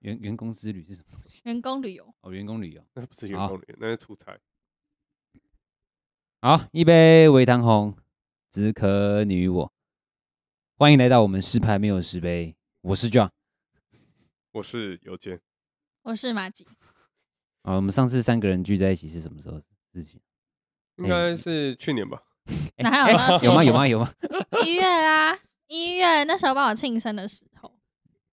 员员工之旅是什么东西？员工旅游。哦，员工旅游。那不是员工那是出差。好，一杯微糖红，只可你与我。欢迎来到我们失牌没有十杯，我是 John。我是有健，我是马吉，啊，我们上次三个人聚在一起是什么时候的事情？应该是去年吧？哎哪有哎那有吗？是有吗？ 有吗？一月啊，一月那时候帮我庆生的时候，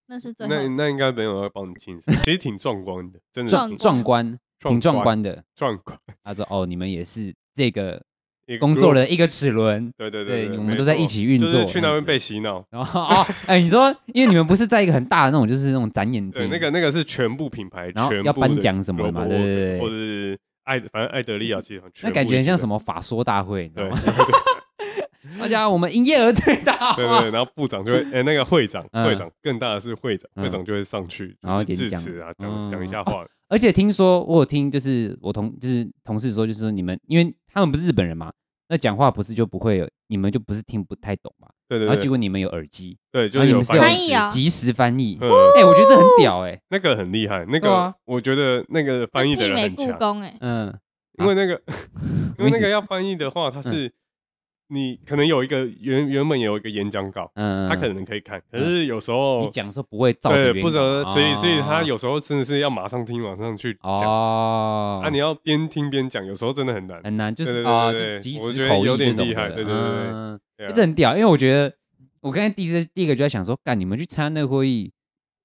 那是最那后那应该没有要帮你庆生，其实挺壮观的，真的是壮挺壮观，挺壮观的。壮观。他说：“哦，你们也是这个一个工作 group 的一个齿轮。对对对对，我们没都在错一起运就作是去这那样边子被洗脑。”然后哦，哎，你说，因为你们不是在一个很大的那种，就是那种展演对，厅，那个那个是全部品牌，嗯然后全要部颁的奖什么的嘛萝卜对对对或者是艾，反正艾德利亚集团，那感觉很像什么？么法说大会，你知对道对吗？对大家我们营业额最 大对化对，，然后部长就会，哎，那个会长，嗯会长更大的是会长，嗯会长就会上去，然后就是致演讲辞啊，讲讲一嗯下话，而且听说我有听，就是我同就是同事说，就是说你们因为他们不是日本人嘛，那讲话不是就不会有，你们就不是听不太懂嘛，对对然后结对，果你们有耳机，对，就是然后你有们是翻有翻译译机，啊即时翻译，嗯，哎，我觉得这很屌哎，那个很厉害，那对个啊我觉得那个翻译的媲人美很故强，宫哎，嗯，因为那个因为那什么意个思要翻译的话，嗯它是你可能有一个原原本有一个演讲稿，嗯，他可能可以看，可是有时候你讲说不会照着对，原不知道，稿所以所以他哦有时候真的是要马上听，马上去讲。哦，啊，你要边听边讲，有时候真的很难。很难，就对是对对啊，就对对是即我时觉得口译有点这种厉害的对对对对嗯对欸啊这很屌，因为我觉得我刚才第一次第一个就在想说，干你们去参加那个会议，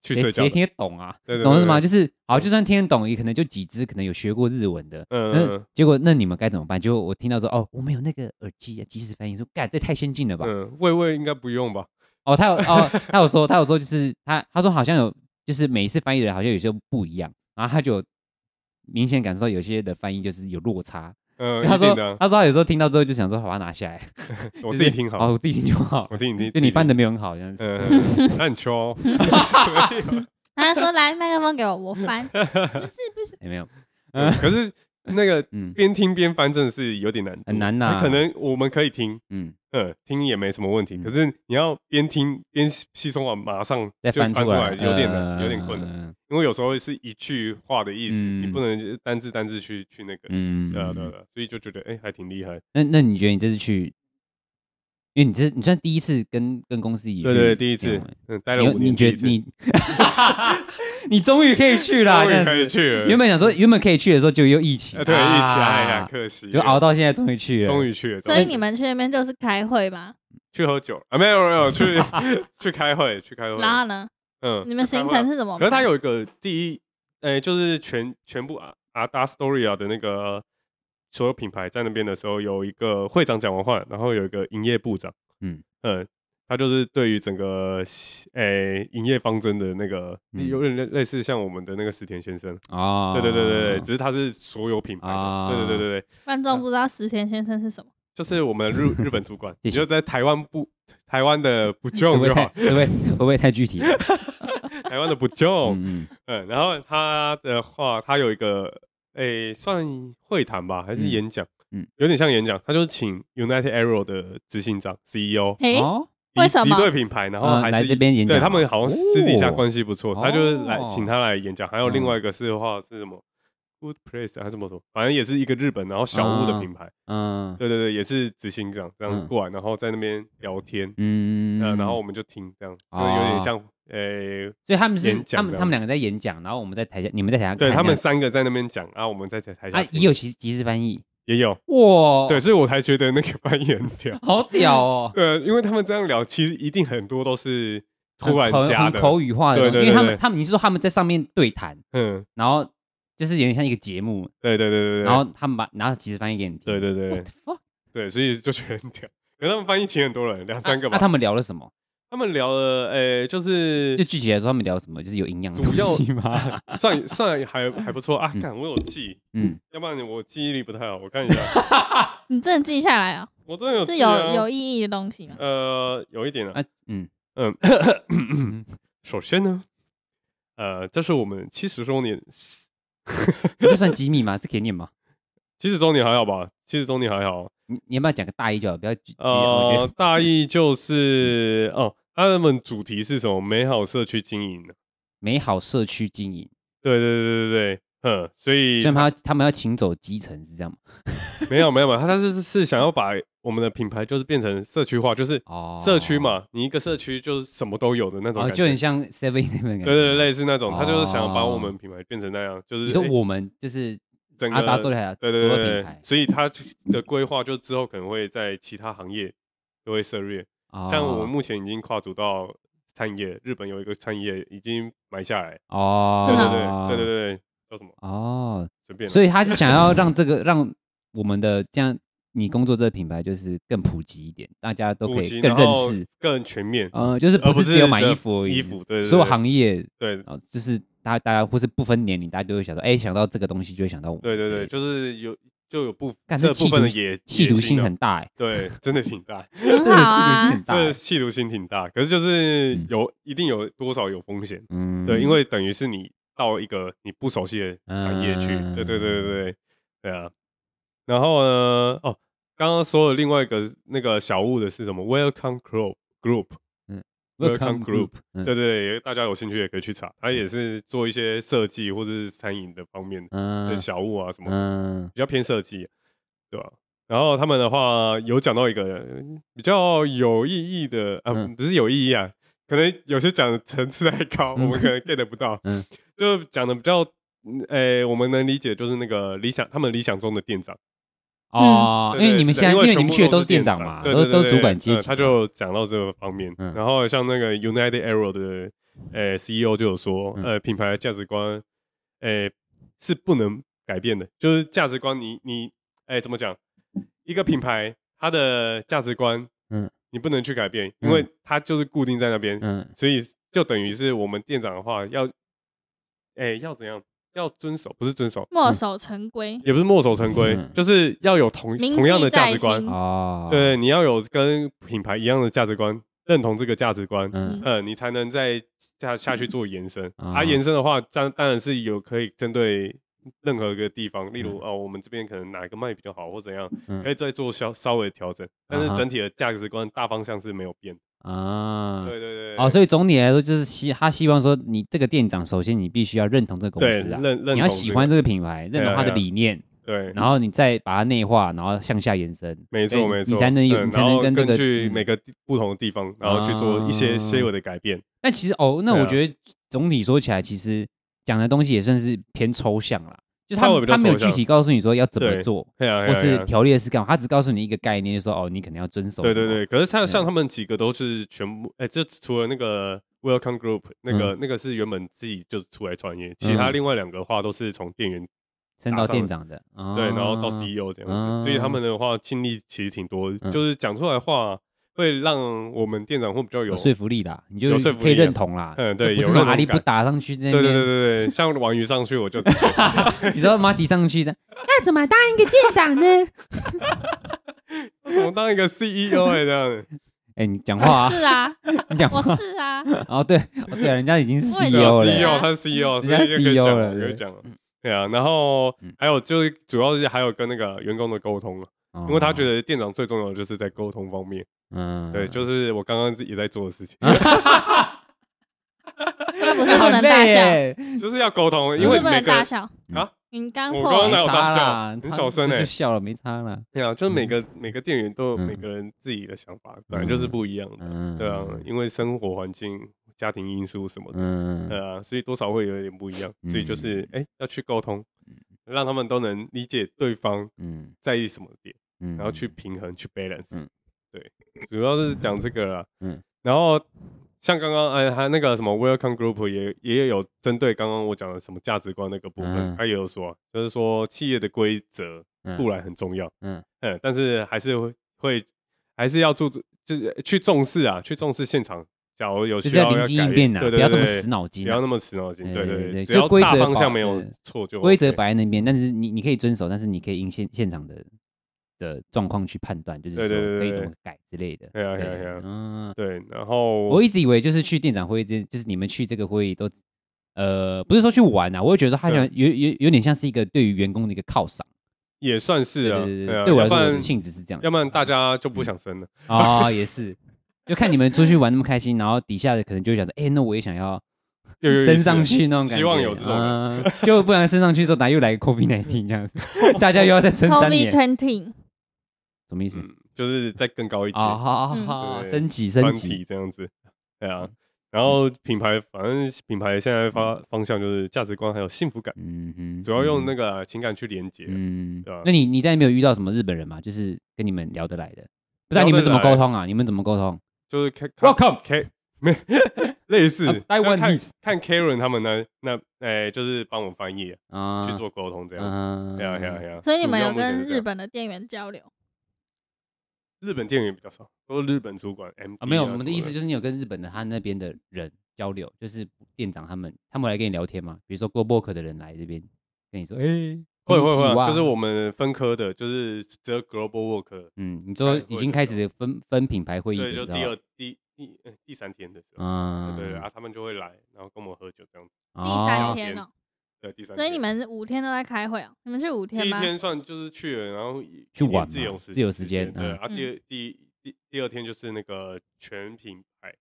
去谁睡觉谁的。听得懂啊？对对对懂了什么？对就是好，就算听得懂，也可能就几只可能有学过日文的。嗯那嗯结果那你们该怎么办？结果我听到说，哦，我们有那个耳机啊，即时翻译，说干这太先进了吧？嗯，魏魏应该不用吧？哦，他有哦，他有说，他有说，就是他他说好像有，就是每一次翻译的人好像有些不一样，然后他就有明显感受到有些的翻译就是有落差。嗯，他一定说的啊，他说他有时候听到之后就想说，好把它拿下来，我自就己是听好 哦，，我自己听就好。 我听你听。就你翻的，的没有很好，这样子。嗯， 嗯嗯那很秋哦。 他说来麦克风给我，我翻，不是不是，哎也没有，嗯可是那个嗯边听边翻真的是有点难度，很难啊呐那可能我们可以听，嗯，嗯，听也没什么问题。嗯可是你要边听边吸吸收完，马上再就翻翻出来，来嗯有点难，有点困难。难。因为有时候是一句话的意思，嗯你不能就是单字单字去去那个。嗯，对啊，对啊，对啊所以就觉得哎、还挺厉害。那那你觉得你这次去，因为你这你算第一次跟跟公司一起去对对，第一次用欸，嗯，待了五你年有第你觉一次，得你， 你终于可以去啦！终于这样可以子去了。原本想说原本可以去的时候就又疫情，啊对，一起哎呀，啊，可惜了，就熬到现在终于去了，终于于去了，所终以于你们去那边就是开会嘛？去喝酒啊？没有没有， 去去开会，去开会。然后呢，嗯，你们去开行会程，是怎么可是办？他有一个第一，哎，就是全全部啊啊达 Story 啊的那个所有品牌在那边的时候，有一个会长讲完话，然后有一个营业部长，嗯嗯。他就是对于整个诶营业方针的那个，嗯有点类类似像我们的那个石田先生，啊，对对对对对，只是他是所有品牌的，啊对对对对对，观众不知道石田先生是什么，就是我们日日本主管，你 谢谢就在台湾不台湾的 不会重不会就太好，会不会会不会太具体 了？台湾的不重。嗯嗯，然后他的话，他有一个诶、算会谈吧，还是嗯演讲？嗯嗯，有点像演讲，他就请 United Arrow 的执行长 E CEO 嗯嘿，哦，离为什么离队品牌，然后嗯还是来这边演讲对他们好像私底下哦关系不错，他就是来哦请他来演讲，还有另嗯外一个是的话是什么？ Good Place 还是什么什么，反正也是一个日本然后小屋的品牌。嗯对对对，也是执行长这样啊嗯过来，然后在那边聊天，嗯哦呃，然后我们就听这样，就有点像呃，所以他们是演讲他们这样他们两个在演讲，然后我们在台下，你们在台下看这对样，他们三个在那边讲啊，我们在台台下啊听也有即即时翻译，也有，哦哇，对，，所以我才觉得那个翻译很 屌。好屌哦，呃，因为他们这样聊，其实一定很多都是 很突然口加很的，口语化的对东西，对因为他对们对他们你是说他们在上面对谈，嗯，然后就是有点像一个节目，对对对对对，然后他们把拿即时翻译给你听，对对对 What the fuck？对，所以就觉得很屌。可是他们翻译请很多人，两三个那、吧。啊他们聊了什么？他们聊了，呃，就是就具体来说，他们聊什么？就是有营养的主东要西吗？ 算算还还不错啊。嗯看我有记， 嗯，要不然我记忆力不太好。我看一下， 你真的记下来哦，我真的有是记啊有有意义的 东西吗？呃有一点啊。啊， 嗯，首先呢，呃，这是我们七十周年，这算机密吗？这可以念吗？七十周年还好吧？七十周年还好。你你要不要讲个大意就好，不要具体我觉呃 得，大意就是哦，他们主题是什么？美好社区经营。美好社区经营，对对对对对，嗯，所以所以他们要他们要请走基层是这样吗？没有没有没有，他他就是是想要把我们的品牌就是变成社区化，就是哦社区嘛，你一个社区就是什么都有的那种哦，感就觉，很像 Seven 那边感觉。对对对，类似那种，他就是想要把哦我们品牌变成那样，就是你说诶我们就是整阿达个说的，对所对有对品对牌，，所以他的规划就之后可能会在其他行业都会涉猎，像我哦目前已经跨足到餐饮业，日本有一个餐饮业已经买下来，哦，对真的对啊对对对对，叫什么哦，随便啦，所以他是想要让这个让我们的这样你工作这个品牌就是更普及一点，大家都可普以及更然认后识，更全面，呃，就是而不不是是只有买这衣服而已，衣服对对所有对行业，对然后就是大家大家或是不分年龄，大家都会想到，哎，想到这个东西就会想到我们，对对对，，就是有就有部干这这部企分图的野企野图心心啊很大，哎，对，真的挺 大，很这个好企图心啊很，大，这哎企图心挺大，可是就是嗯有一定有多少有风险，嗯，对，因为等于是你到一个你不熟悉的产业去，对对对对嗯对对啊。然后呢，哦，刚刚说的另外一个那个小物的是什么？Welcome Group Group，Welcome Group，Welcome Group，嗯对对对，大家有兴趣也可以去查，它也是做一些设计或者是餐饮的方面的，就是嗯小物啊什么的嗯比较偏设计，对吧、然后他们的话有讲到一个呃比较有意义的，啊，嗯不是有意义啊，可能有些讲的层次太高，嗯我们可能 get 不到。嗯就讲的比较，嗯诶、我们能理解就是那个理想，他们理想中的店长，哦，对因为对你们是现在因因为为全你们部去的都都是店长嘛，对都对都是对主管阶呃级，他就讲到这个方面。嗯然后像那个 United Arrow 的呃 CEO 就有说，嗯呃，品牌的价值观，呃，是不能改变的，就是价值观你，你哎怎么讲？一个品牌它的价值观，嗯嗯，你不能去改变，因为嗯它就是固定在那边，嗯所以就等于是我们店长的话要，哎要怎样？要遵守，不是遵守，墨守成规，也不是墨守成规，嗯就是要有同铭同样的记价在值观心。哦，对，你要有跟品牌一样的价值观，认同这个价值观，嗯，呃，你才能再下下去做延伸。啊啊，延伸的话，当当然是有可以针对任何一个地方，例如嗯哦，我们这边可能哪个卖比较好或怎样，嗯可以再做稍稍微调整，但是啊哈整体的价值观大方向是没有变的。啊，对对对，哦，所以总体来说就是希他希望说你这个店长，首先你必须要认同这个公对司啊认，认你要喜欢这个品牌，对啊认同它的对啊理念，这个对，然后你再把它内化，然后向下延伸，没所错以没错，你才能有嗯你才然能后跟这根个据嗯啊每个地不同的地方，然后去做一些些微的改变。但其实哦，那对我啊觉得总体说起来，其实讲的东西也算是偏抽象啦，就是他稍微比较他没有抽象具体告诉你说要怎么对做，嘿啊嘿啊或嘿是啊条例是干嘛，他只告诉你一个概念，就说哦，你可能要遵守。对对对，，可是像对像他们几个都是全部，哎、这除了那个 Welcome Group 那个、那个是原本自己就出来创业，其他嗯另外两个话都是从店员、升到店长的，对，然后到啊 CEO 这样子，嗯所以他们的话经历其实挺多，嗯就是讲出来话会让我们店长会比较有有说服力啦，你就有说服可以力啊认同啦。嗯对就不有是那认种阿同力不感打上去在那对对对边，对对，像王宇上去我就 你知道马吉上去的，那怎么当一个店长呢？我怎么当一个 CEO 哎、这样子，哎，你讲话 我啊，是啊，你讲话我是啊， 哦，对哦对啊，人家已经是我已经对啊 CEO 是了， CEO 他是 CEO，所人家以就可以 CEO 讲了了，可以对讲了，对啊，然后嗯还有就是主要是还有跟那个员工的沟通啊，因为他觉得，得店长最重要的就是在沟通方面。哦嗯对，就是我刚刚也在做的事情，他不是不能很累大笑，耶 就是要沟通，因不为嗯是不每能个大笑啊，你刚我破刚刚哪了有没大差笑啦，很他小声就欸笑了，没差啦。对啊，就是每个每个店员都有嗯每个人自己的想法，本来就是不一样的，嗯，对啊，因为生活环境、家庭因素什么的，对嗯，啊，所以多少会有点不一样，所以就是哎要去沟通，让他们都能理解对方嗯在意什么点。嗯，然后去平衡去 balance。嗯对，主要是讲这个啦。嗯嗯，然后像刚刚哎，还那个什么 Welcome Group 也也有针对刚刚我讲的什么价值观那个部分嗯，他也有说啊，就是说企业的规则嗯固然很重要，嗯嗯嗯，但是还是会会还是要注就是去重视啊，去重视现场。假如有就需是要要灵要机改应变呐，对不对要这对么对死脑筋不要啊。那么死脑筋。对对对对对，只就要规大则方保向没有呃错就规则 OK 摆在那边，但是你你可以遵守，但是你可以因现现场的的状况去判断，就是说对对对可以对怎么改之类的。对啊对啊对啊嗯，对，然后我一直以为就是去店长会议这，就是你们去这个会议都，呃，不是说去玩啊，我会觉得他像有有有点像是一个对于员工的一个犒赏。也算是对啊，对对啊对，对我来要不说我然的性质是这样子。要不然大家就不想生 了。啊、也是，就看你们出去玩那么开心，然后底下的可能就会想说，哎、那我也想要又有一次升上去那种感觉，希望有这种人啊就不然升上去之后，哪又来个 COVID 19这样 子，大家又要再撑三 COVID 年， twenty，什么意思？嗯，就是再更高一阶，啊、好好嗯好，好对升级升专级，嗯题这样子。 对啊，然后品牌，反正品牌现在发方向就是价值观还有幸福感，嗯哼，主要用那个，个情感去连接。嗯对啊，那你你在那边有遇到什么日本人吗？就是跟你们聊得来的，不知道聊你们得怎么来沟通啊？你们怎么沟通？就是看 Welcome 看没 类 似 Uh, 看 Taiwanese 看 Karen 他们呢，那哎就是帮我翻译啊，去做沟通这样子。嗯，对啊对啊对啊，所以你们主要有目前跟是这日样本的店员交流？日本店员比较少，都是日本主管 M 啊，没有，我们的意思是。就是你有跟日本的他那边的人交流，就是店长他们，他们来跟你聊天嘛？比如说 Global Work 的人来这边跟你说，哎、哎会こん会にち会は啊，就是我们分科的，就是这 global work，嗯，你说开会已的经开时候始分分品牌会议的对，就时第候，二第第呃第三天的时候，嗯，对对啊啊，他们就会来，然后跟我们喝酒这样子。第三哦天哦，对，第三天。所以你们五天都在开会哦，你们去五第天一吗？天算就是去了，然后一去一点玩自嘛由自由时间对嗯啊。第二第一第第二天就是那个全品牌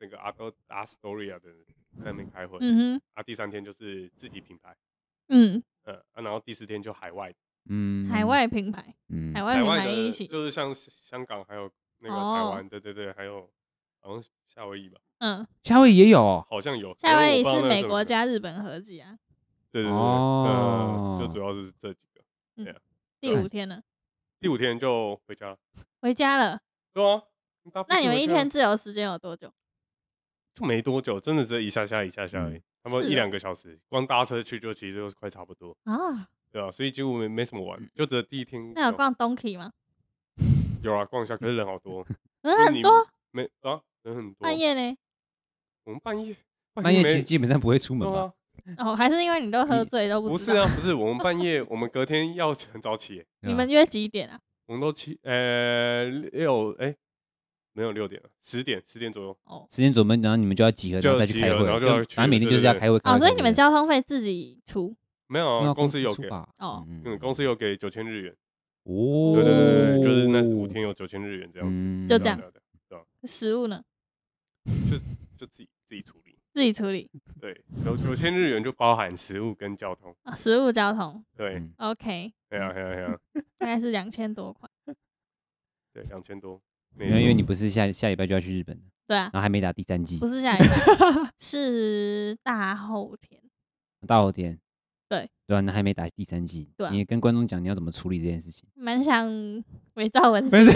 那个阿多阿 Storia 的人在那边开会，嗯哼，啊，第三天就是自己品牌，嗯，嗯啊，然后第四天就海外，嗯，海，外品牌，嗯海，外海品外牌的一起，就是像香港还有那个哦台湾，对对对，还有好像夏威夷吧。嗯，夏威夷也有哦，好像有夏威夷可我是不知道那美什么国加日本合集啊，对对对，哦呃，就主要是这几个。第五天了，第五天就回家了，回家了。对啊。大部分那你们回一家天自由时间有多久？就没多久，真的只有一下下一下下嗯而已，他们是一哦两个小时，光搭车去就其实就快差不多，啊，对啊，所以几乎没没什么玩，就只有第一天那有逛 Donkey 吗？有啊逛一下，可是人好多，人就是嗯很你多，没啊人很多，半夜呢？我们半夜半夜没其实基本上不会出门对吧？啊，哦，还是因为你都喝醉都不知是道。啊不是，我们半夜我们隔天要很早起，对你啊们约几点啊？我们都七呃六哎没有六点了，十点十点左右，哦时间准备，然后你们就要集合，然就后再去集开合会，然后就要去反正每天对就是对要对开会。开哦，会所以开你会们交通费自己出，没没有有啊，公司有出给，吧？哦嗯，公司有给九千日元，哦，对对对对，就是那五天有九千日元这样子，嗯，就这样对啊，对啊食物呢就自己自己处理。自己处理对，有九千日元就包含食物跟交通，啊，食物交通对嗯， OK，对啊，对啊，对啊，大概是两千多块。对，两千多，没没有，因为错你不是下下礼拜就要去日本了，对啊然，后还没打第三季不，是下礼拜，是大后天。大后天。对对啊，那还没打第三季，对啊你也跟观众讲你要怎么处理这件事情。蛮想伪造文字的，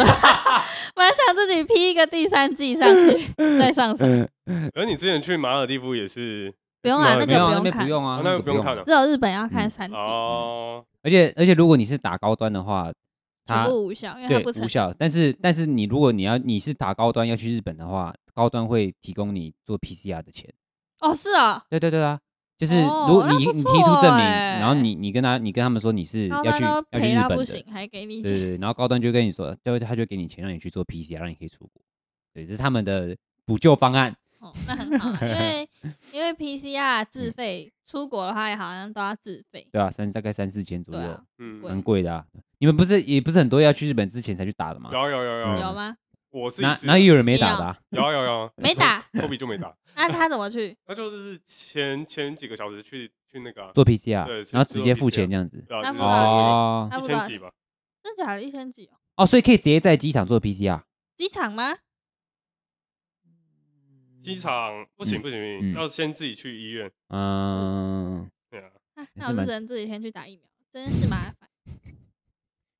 蛮想自己 P 一个第三季上去，再上嗯手。而你之前去马尔蒂夫也是不用啊啊，那没有啊，个那不边用不看，用啊哦，那那个不用看啊了只有日本要看三季，哦，而且而且，如果你是打高端的话，全它部无效，因为它对不成嗯无。效。但是但是，你如果你要你是打高端要去日本的话，高端会提供你做 PCR 的钱。哦，是哦，对对对啊，就是哦如果你、那不你提错出证明，欸然后你你跟他你跟他们说你是高要端去都要去赔日到本的，不行，还给你对对钱。对，然后高端就跟你说，就他就给你钱让你去做 PCR，让你可以出国。对，这是他们的补救方案。哦，那很好啊，因 为因为 PCR 自费，出国的话也好像都要自费。对啊，三大概三四千左对右啊，嗯，对蛮贵的啊。你们不是也不是很多要去日本之前才去打的吗？有有有嗯有有吗？我自己哪是哪有人没打的啊？有啊有啊有啊，没打，科比就没打，那他怎么去？他就是前前几个小时去去那个啊，做 PCR，对是然后直接做付 PCR 钱这样子。对啊他就是不知道哦他一不啊知道千几吧，真假的？一千几哦？哦，所以可以直接在机场做 PCR。机场吗？嗯机场不行不行不嗯行，要先自己去医院，嗯，对啊，啊也那是我就蛮只能自己先去打疫苗，真是麻烦。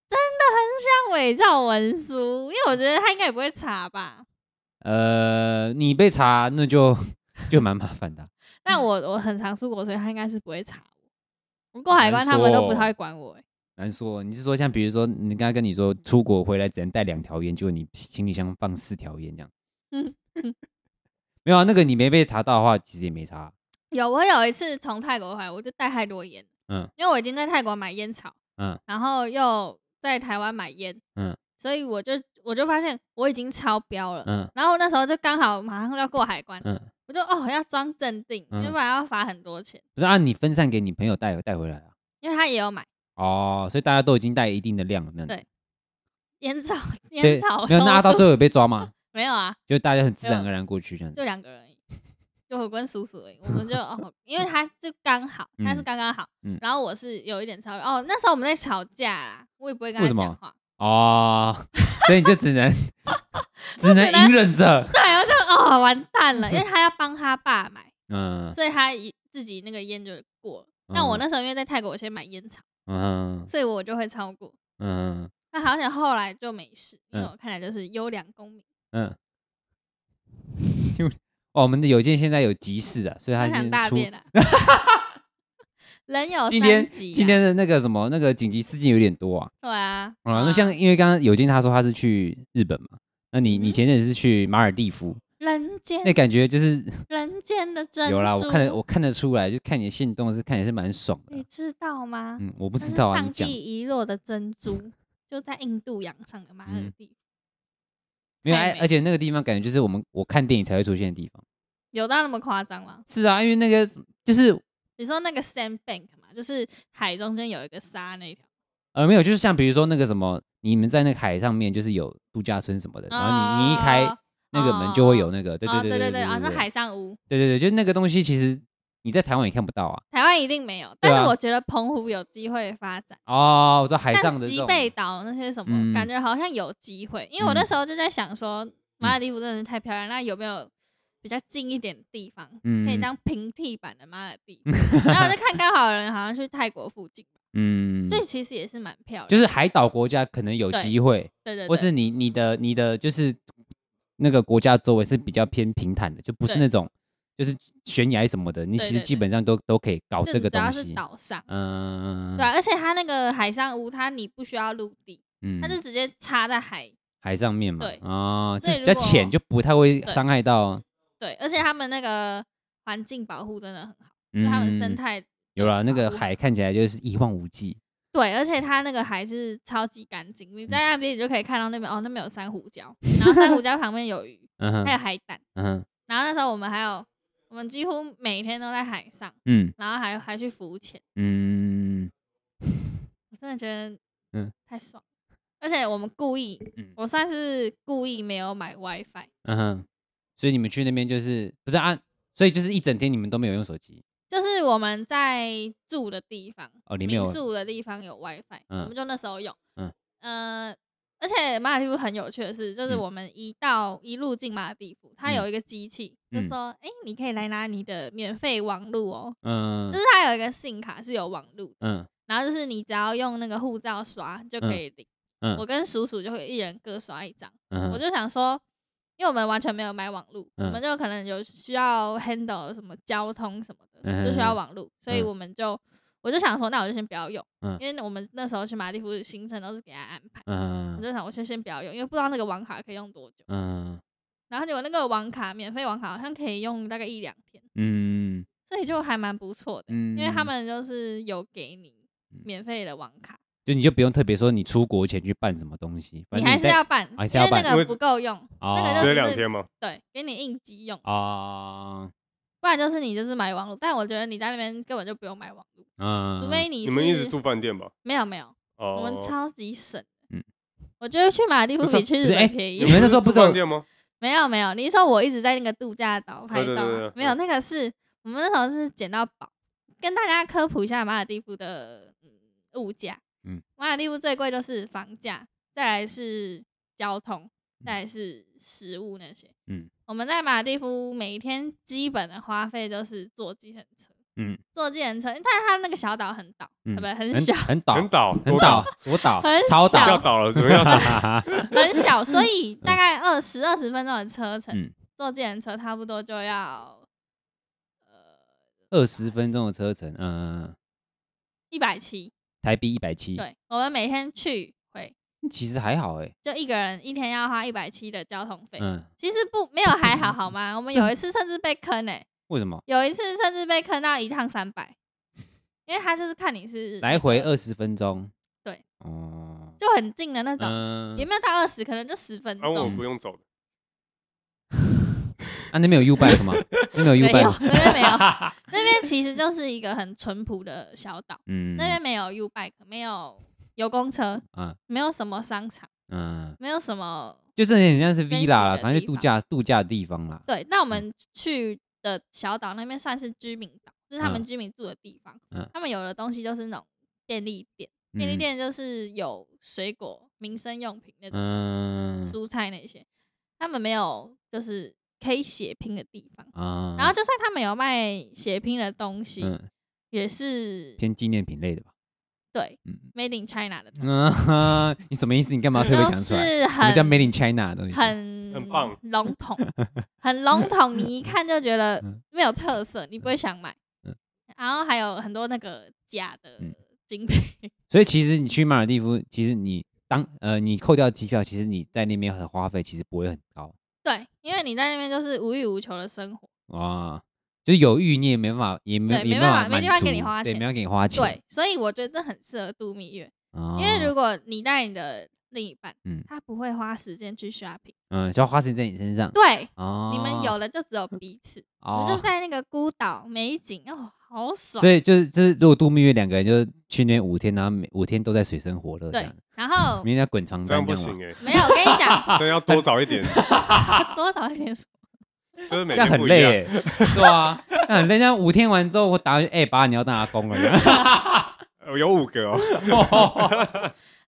真的很像伪造文书，因为我觉得他应该也不会查吧。呃，你被查那就就蛮麻烦的啊。但我我很常出国，所以他应该是不会查我。我过海关难他说哦们都不太会管我、欸，难说，你是说像比如说，你刚刚跟你说出国回来只能带两条烟，结果你行李箱放四条烟这样。嗯嗯没有啊，那个你没被查到的话，其实也没查啊。有，我有一次从泰国回来，我就带太多烟，嗯，因为我已经在泰国买烟草，嗯，然后又在台湾买烟，嗯，所以我就我就发现我已经超标了，嗯然后那时候就刚好马上要过海关，嗯，我就哦要装镇定，嗯要不然要罚很多钱，不是啊，你分散给你朋友带带回来啊。因为他也有买哦，所以大家都已经带一定的量了，那对烟草，所以烟草没有，那啊抽到度最后有被抓吗？没有啊，就大家很自然而然过去这样子就。两个人而已，就我跟叔叔而已，我 们就哦，因为他就刚好，嗯他是刚刚好，嗯然后我是有一点超哦，那时候我们在吵架啦，我也不会跟为他什么讲话， 哦，所以你就只能只能只能隐忍着。对，我就哦完蛋了，因为他要帮他爸买，嗯所以他一自己那个烟就过了。但我那时候因为在泰国，我先买烟草，嗯所以我就会超过。嗯那好像后来就没事，因为嗯我看起来就是优良公民。嗯，就哦，我们的邮件现在有急事啊，所以他我已想经大出便了， 人有今天三急啊今天的那个什么那个紧急事件有点多啊。对啊，好了，那像因为刚刚有金他说他是去日本嘛，那你嗯你前阵子是去马尔蒂夫，人间那感觉就是人间的珍珠，有啦，我看得我看得出来，就看你的行动是看也是蛮爽的你啦。知道吗？嗯，我不不知道啊，你上讲帝遗落的珍珠就在印度洋上的马尔嗯地夫，没有？太哎美而且那个地方感觉就是我们我看电影才会出现的地方。有到那么夸张吗？是啊，因为那个就是你说那个 sandbank 嘛，就是海中间有一个沙那条，呃，没有，就是像比如说那个什么，你们在那个海上面就是有度假村什么的，然后你你一开哦那个门就会有那个，对啊，对对对对对啊，那海，上屋，对对对，就是那个东西，其实你在台湾也看不到啊。台湾一定没有，对啊但是我觉得澎湖有机会发展，哦，我知道海上像的这吉种，贝岛那些什么，嗯感觉好像有机会，因为我嗯那时候就在想说，马尔地夫真的是太漂亮，那有没有比较近一点的地方嗯可以当平替版的马尔地夫？然后我就看刚好有人好像去泰国附近， 嗯，所以其实也是蛮漂亮的，就是海岛国家可能有对机会，对对，或对是你你的你的就是那个国家周围是比较偏平坦的，就不是对那种就是悬崖什么的，你对其实对基对本上都都可以搞就这个只要东是西。岛上，嗯，对啊、而且它那个海上屋，它你不需要陆地，嗯它就直接插在海。海上面嘛，对啊，就所以比较如果浅，就不太会对伤害到，对，而且他们那个环境保护真的很好，就嗯，他们生态啊有了那保个护海看起来就是一望无际，对，而且它那个海是超级干净，你在嗯那边你就可以看到那边哦，那边有珊瑚礁，然后珊瑚礁旁边有鱼， 嗯还哼，有海胆。嗯哼，然后那时候我们还有，我们几乎每天都在海上，嗯然后还还去浮潜，嗯我真的觉得嗯嗯太爽了。而且我们故意嗯，我算是故意没有买 WiFi，嗯哼，所以你们去那边就是不是啊？所以就是一整天你们都没有用手机，就是我们在住的地方，哦里面有民宿的地方有 WiFi，、嗯我们就那时候用。嗯嗯，呃，而且马尔蒂夫很有趣的是，就是嗯我们一到一路进马尔蒂夫，它嗯有一个机器，就嗯说：“哎、你可以来拿你的免费网路哦。”嗯就是它有一个信卡是有网路的，嗯然后就是你只要用那个护照刷就可以嗯领。我跟叔叔就会一人各刷一张。嗯我哼，就想说，因为我们完全没有买网路，嗯我们就可能有需要 handle 什么交通什么的，嗯就需要网路，所以嗯我们就我就想说，那我就先不要用，嗯因为我们那时候去马蒂夫的行程都是给他安排，我嗯就想我先先不要用，因为不知道那个网卡可以用多久。嗯然后结果那个网卡免费网卡好像可以用大概一两天，嗯所以就还蛮不错的，嗯，因为他们就是有给你嗯免费的网卡，就你就不用特别说你出国前去办什么东西，反你正还是在要办，还是因要为办那因个为不够用，那个只啊有就是两天嘛，对，给你应急用。啊不然就是你就是买网络，但我觉得你在那边根本就不用买网络，嗯，除非你你是们一直住饭店吧？没有没有，哦，我们超级省，嗯嗯，我觉得去马尔蒂夫比去日不是哎本便宜你。们那时候不知道住饭店吗？没有没有，你是说我一直在那个度假岛拍对对照对对吗，没有那个是我们那时候是捡到宝。跟大家科普一下马尔蒂夫的嗯物价，嗯嗯，马尔蒂夫最贵就是房价，再来是交通，再来是食物那些。嗯嗯，我们在马尔蒂夫每天基本的花费就是坐计程车，嗯嗯，坐计程车，但是它那个小岛很岛，嗯对不对？很很小， 很倒，很倒，很倒，我倒很，超小 要倒，倒了，怎么 样？啊很小，所以大概二十二十分钟的车程，嗯坐自行车差不多就要呃二十分钟的车程，嗯，嗯嗯一百七。台币一百七，对，我们每天去回，其实还好哎，就一个人一天要花一百七的交通费。嗯，其实不没有还好好吗？我们有一次甚至被坑诶、为什么有一次甚至被坑到一趟三百，因为他就是看你是来回二十分钟？对，哦，就很近的那种，嗯也没有到二十，可能就十分啊，我钟。们不用走的，啊，那边有 U bike 吗？那边有 没 U 有， bike，那边没 有，那边其实就是一个很淳朴的小岛。嗯，那边没有 U bike，没有有公车，啊，没有什么商场，嗯，没有什么就是很像是分析 villa，的啦反正就地度方假度假的地方啦。对。那我嗯们去的小岛那边算是居民岛，就是他们嗯居民住的地方。嗯他们有的东西就是那种便利店，便利嗯店就是有水果、民生用品那种东西，嗯蔬菜那些。他们没有就是可以血拼的地方。啊，然后就算他们有卖血拼的东西，嗯，也是偏纪念品类的吧。对嗯 Made in China 的东西，嗯， 你什么意思？你干嘛特别就讲出来？是什么很叫 Made in China 的东西？很很棒笼 统，很笼统，你一看就觉得嗯没有特色，你不会想买嗯。然后还有很多那个假的嗯精品， 所以其实你去马尔蒂夫，其实你当呃你扣掉机票，其实你在那边的花费其实不会很高对，因为你在那边就是无欲无求的生活，哇，啊就是有欲你也没办法，也没对也没办办法法没满地方足给你花对，钱没有给你花钱，对，所以我觉得这很适合度蜜月，哦，因为如果你带你的另一半嗯，他不会花时间去 shopping，嗯，就要花时间在你身上对，哦，你们有的就只有彼此，我们哦就，在那个孤岛美景哦，好爽所，以就是就是如果度蜜月两个人就是去那边五天，然后每五天都在水深火热这对样，，然 后明天要滚床这样单不样吗行哎，没有，我跟你讲， 啊所以要多找一点，多少一点水就是每这样天很不一累欸样。耶，对啊，那很累。那五天完之后，我打算哎、爸，你要当阿公 了，这样呃有五个哦，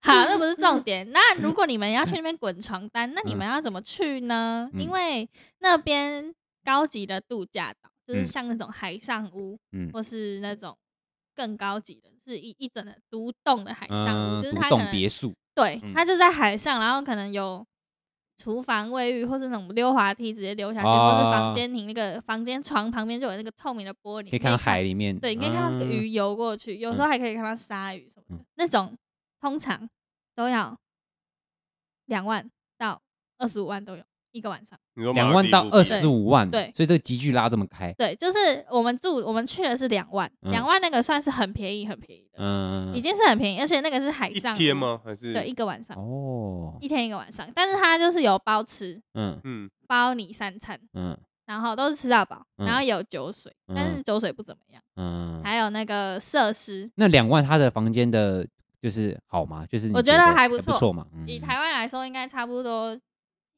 好，那不是重 点。那如果你们要去那边滚床单，那你们要怎么去呢？嗯因为那边高级的度假岛，就是嗯像那种海上屋，嗯或是那种更高级的，是一一整的独栋的海上屋，嗯，就是独它可栋能别墅，对嗯，它就在海上，然后可能有厨房、卫浴，或是那种溜滑梯直接溜下去，哦或是房间你那个房间床旁边就有那个透明的玻璃，可以看到海里面，对，你可以看到那个嗯鱼游过去，有时候还可以看到鲨鱼什么的。嗯那种通常都要两万到二十五万都有一个晚上。你说两万到二十五，五万，对所以这个集距拉这么开，对，就是我们住我们去的是两万，嗯两、万那个算是很便宜很便宜的，嗯已，经是很便宜，而且那个是海一上天屋？吗？还是对，一个晚上，哦，一天一个晚上，但是它就是有包吃，嗯嗯，包你三餐。嗯然后都是吃到饱，嗯然后有酒水，但是酒水不怎么样，嗯，还有那个设施，那两万他的房间的，就是好吗？就是你我觉得还不不错错嘛，嗯以台湾来说，应该差不多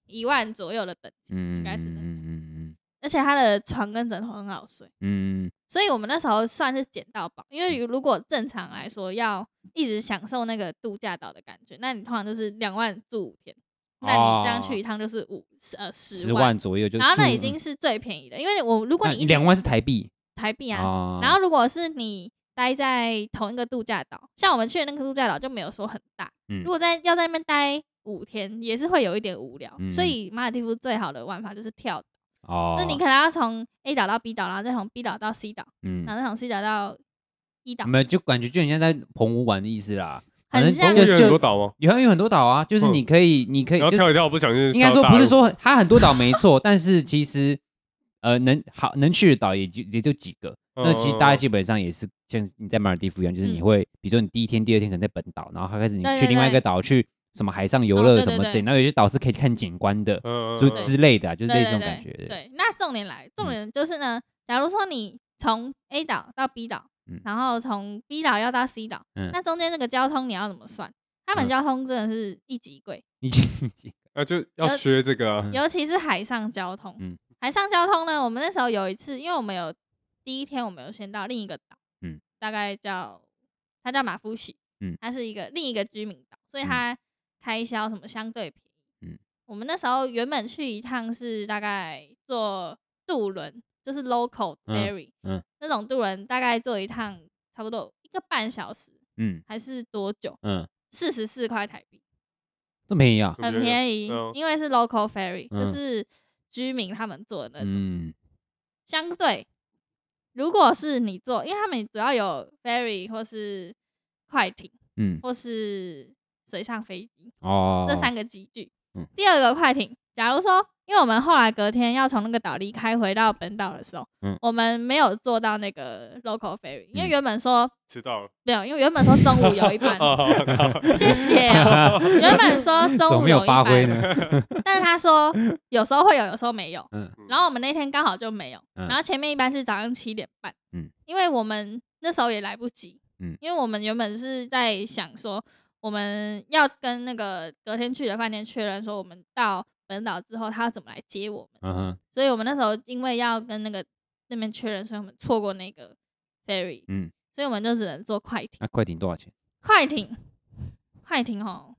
一万左右的等级，嗯应该是嗯的嗯而且它的床跟枕头很好睡，嗯嗯所以我们那时候算是捡到宝。因嗯为如果正常来说要一直享受那个度假岛的感觉，那你通常就是两万住五天，那你这样去一趟就是五呃嗯，十哦十万左右就住，然后那已经是最便宜的，因为我如果那你一直两万是台币台币啊，啊，然后如果是你待在同一个度假岛，像我们去的那个度假岛就没有说很大，嗯如果在要在那边待五天，也是会有一点无聊。所以马尔蒂夫最好的玩法就是跳岛，嗯哦，那你可能要从 A 岛到 B 岛，然后再从 B 岛到 C 岛，嗯然。后再从 C 岛到 E 岛，没有，就感觉就很像在澎湖玩的意思啦。反正很像就就有很多岛吗？有有很多岛啊，就是你可以，你可以然后就是跳一跳，不小心应跳该说到不大是陆说它很多岛没错， 但是其实呃能好能去的岛也就也就几个。哦嗯那其实大家基本上也是像你在马尔地夫一样，就是你嗯会比如说你第一天、第二天可能在本岛，然后开始你对去对另外一个对岛去什么海上游哦乐对什对么之类，对然后有些岛是可以看景观的，嗯之嗯嗯之类的啊，嗯就是类对似这种对感觉对。。对，那重点来，重点就是呢，假如说你从 A 岛到 B 岛嗯，然后从 B 岛要到 C 岛，嗯那中间这个交通你要怎么算？他们嗯交通真的是一级贵，你经济那就要呃学这个啊，尤其是海上交通。嗯海上交通呢，我们那时候有一次，因为我们有第一天我们有先到另一个岛，嗯，大概叫它叫马夫喜，嗯它是一个另一个居民岛，所以它开销什么相对便宜。嗯，我们那时候原本去一趟是大概坐渡轮，就是 local 嗯 ferry，嗯那种渡轮大概坐一趟差不多一个半小时，嗯还是多久？嗯四十四块台币。都没有，很便宜嗯，因为是 local ferry，、嗯就是居民他们坐的那种。嗯相对，如果是你坐，因为他们主要有 ferry 或是快艇嗯或是水上飞机、哦，这三个机具。嗯第二个快艇，假如说，因为我们后来隔天要从那个岛离开回到本岛的时候，嗯我们没有坐到那个 local ferry，因为嗯原本说、知道了。没有，因为原本说中午有 一班，哦，好好谢谢哦、原本说 中怎么午没有一发挥班呢？但是 他说有时候会有，有时候没有。嗯然后我们那天刚好就没有。嗯然后前面一般是早上七点半，嗯因为我们那时候也来不及，嗯因为我们原本是在想说我们要跟那个隔天去的饭店确认说我们到本岛之后他要怎么来接我们，嗯哼所以我们那时候因为要跟那个那边确认，所以我们错过那个 ferry，嗯，所以我们就只能坐快艇。那快艇多少钱？快艇，快艇哦，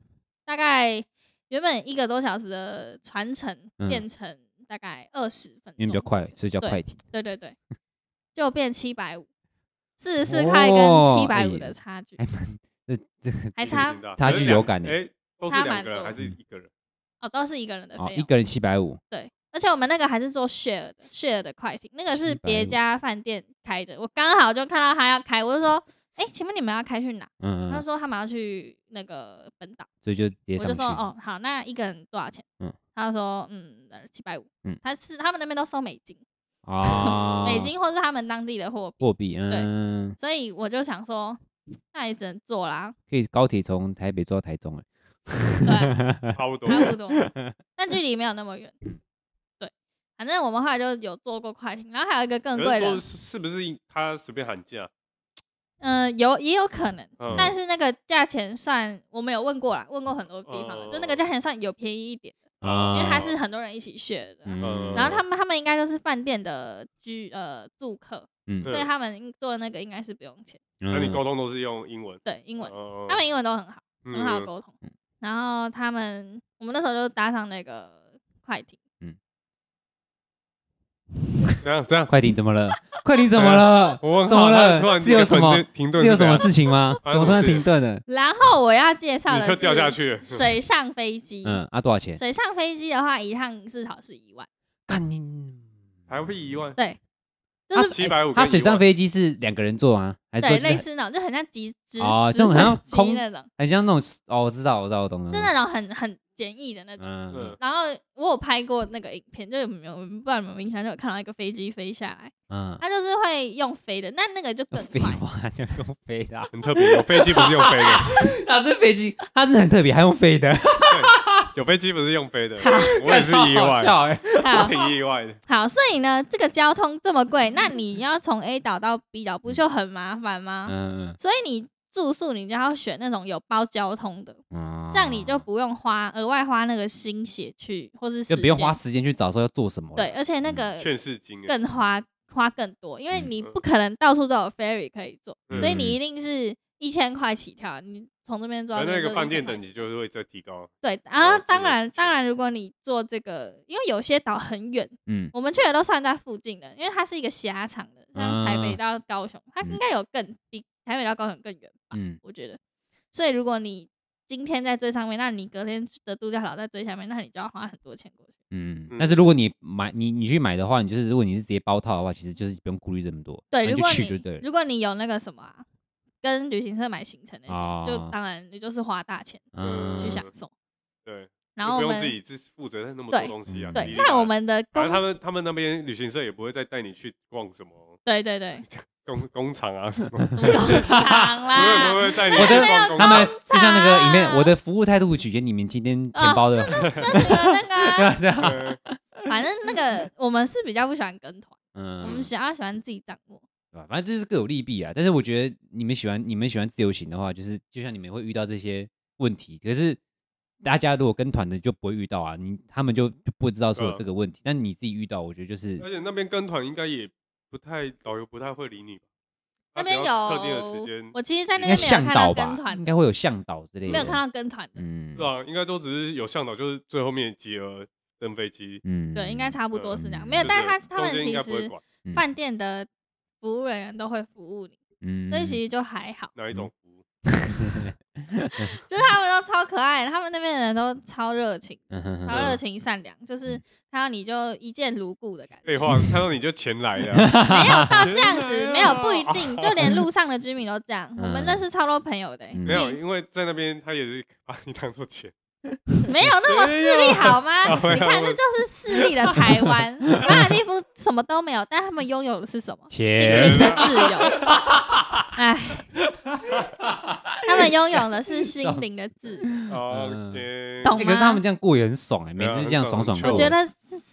大概原本一个多小时的船程嗯变成大概二十分因为钟，比较快，所以叫对快艇。对对对，就变七百五，四十四哦块跟七百哎五的差距，还蛮这这 还差差距有感的哎，都是差两蛮个人多还是一个人？哦，都是一个人的哦，费一用，个人七百五，对，而且我们那个还是做 share 的 share 的快艇，那个是750别家饭店开的，我刚好就看到他要开，我就说，哎、请问你们要开去哪？嗯，他嗯，说他们要去那个本岛。所以就直接我上就去说。哦，好，那一个人多少钱？嗯他就说嗯，七百五嗯。他是他们那边都收美金，啊， 美金或是他们当地的货币，货币，嗯，所以我就想说，那也只能做啦， 可以高铁从台北坐到台中，欸对，哎，差不多，差 不多，但距离没有那么远。对，反正我们后来就有坐过快艇，然后还有一个更可贵是说的，是是不是他随便喊价？嗯，有也有可能。嗯但是那个价钱算，我们有问过啦，问过很多地方了，就那个哦价钱算有便宜一点，哦啊因为它是很多人一起 share 的，嗯然后他们他们应该都是饭店的居呃住客，嗯对所以他们应做的那个应该是不用钱。那那你沟通都是用英文？对，英文，哦他们英文都很好，很好嗯沟通嗯。然后他们，我们那时候就搭上那个快艇，这样这样，快艇怎么了？快艇怎么了？ 我问怎么号他突了？然是有一个什停么顿停顿是有什怎么样事情吗？ 发怎生什么么突然事停 顿了？然后我要介绍你车的掉下是 去了，水上飞机。嗯，啊，多少钱？水上飞机的话，一趟至少是一万，干你！还会一万对，就啊是七百五，它水上飞机是两个人坐吗？还是对说就类是似那种，就很像直直哦直这种好像升机空那种，很像那种哦，我知道，我知道，我懂了。就那种很很简易的那种。嗯，嗯然后我有拍过那个影片，就有没有不知道有没有印象，就有看到一个飞机飞下来，嗯，它就是会用飞的，那那个就更废快，话，就 用飞的啊，很特别。有飞机不是用飞 的，啊，这飞机它是很特别，还用飞的，有飞机不是用飞的，我 也是意超好外，笑哎。我好挺意外的。好，所以呢，这个交通这么嗯贵，那你要从 A 岛到 B 岛不就很麻烦吗？嗯所以你住宿你就要选那种有包交通的，嗯，这样你就不用花额外花那个心血去，或是就时不用花间时间去找说要做什么了。对，而且那个劝世金耶，更花花更多，因为嗯你不可能到处都有 ferry 可以坐，嗯所以你一定是一千块起跳，你从这边坐到而这那边个就是饭店1000块等级就是会再提高。对，对啊啊，这当个然的确当然，如果你坐这个，因为有些岛很远，嗯我们去的都算在附近的，因为它是一个狭长的，像台北啊到高雄，它应嗯该有更比台北到高雄更远吧，嗯我觉得。所以如果你今天在最上面，那你隔天的度假岛在最下面，那你就要花很多钱过去。嗯嗯。但是如果你买你你去买的话，你就是如果你是直接包套的话，其实就是不用顾虑这么多。对，那如就果去就对你了。如果你有那个什么啊，跟旅行社买行程那些，就啊当然你就是花大钱嗯，去享受。对，然后就我不用自们己自负责那么多东西啊。对你对，一定那要我们的反正他工，们他们那边旅行社也不会再带你去逛什么对 对对， 工工厂啊什么， 怎么工厂不会啦不？会带你我去的逛工他厂们。就嗯像那个里面我的服务态度取决你们今天钱包的，这是个哦那个啊、对啊，对反正那个我们是比较不喜欢跟团，嗯，我们想要喜欢自己掌握。对吧？反正就是各有利弊啊。但是我觉得你们喜欢你们喜欢自由行的话，就是就像你们会遇到这些问题。可是大家如果跟团的就不会遇到啊，你他们就就不知道说有对啊这个问题。但你自己遇到，我觉得就是而且那边跟团应该也不太，导游不太会理你吧？那边有他只要特定的时间，我其实，在那应该边没有向看导到跟吧，应团该的，会有向导之类的。没有看到跟团的，嗯对啊，应该都只是有向导，就是最后面集合登飞机，嗯，对，应该差不多是这样。没有，对但是他对他们中间应其该不会实管嗯饭店的服务人员都会服务你，嗯所 以其实就还好。哪一种服嗯务。就是他们都超可爱的，他们那边的人都超热情，嗯哼哼超热情善良，就是看到你就一见如故的感觉。废话， 看到你就前来了，没有到这样天 子，哪没有不一定，就 连路上的居民都这样。嗯我们认识超多朋友的欸，嗯没有，自己因为在那边他也是把你当做 钱。没有那么势利好吗？没有你看，这就是势利的台湾。马尔蒂夫什么都没有，但他们拥有的是什么？幸钱运的自由。哎，他们拥有的是心灵的自 由。哦 OK，嗯懂欸吗可是他们这样过也很爽哎，每对啊次这样爽爽过。我觉得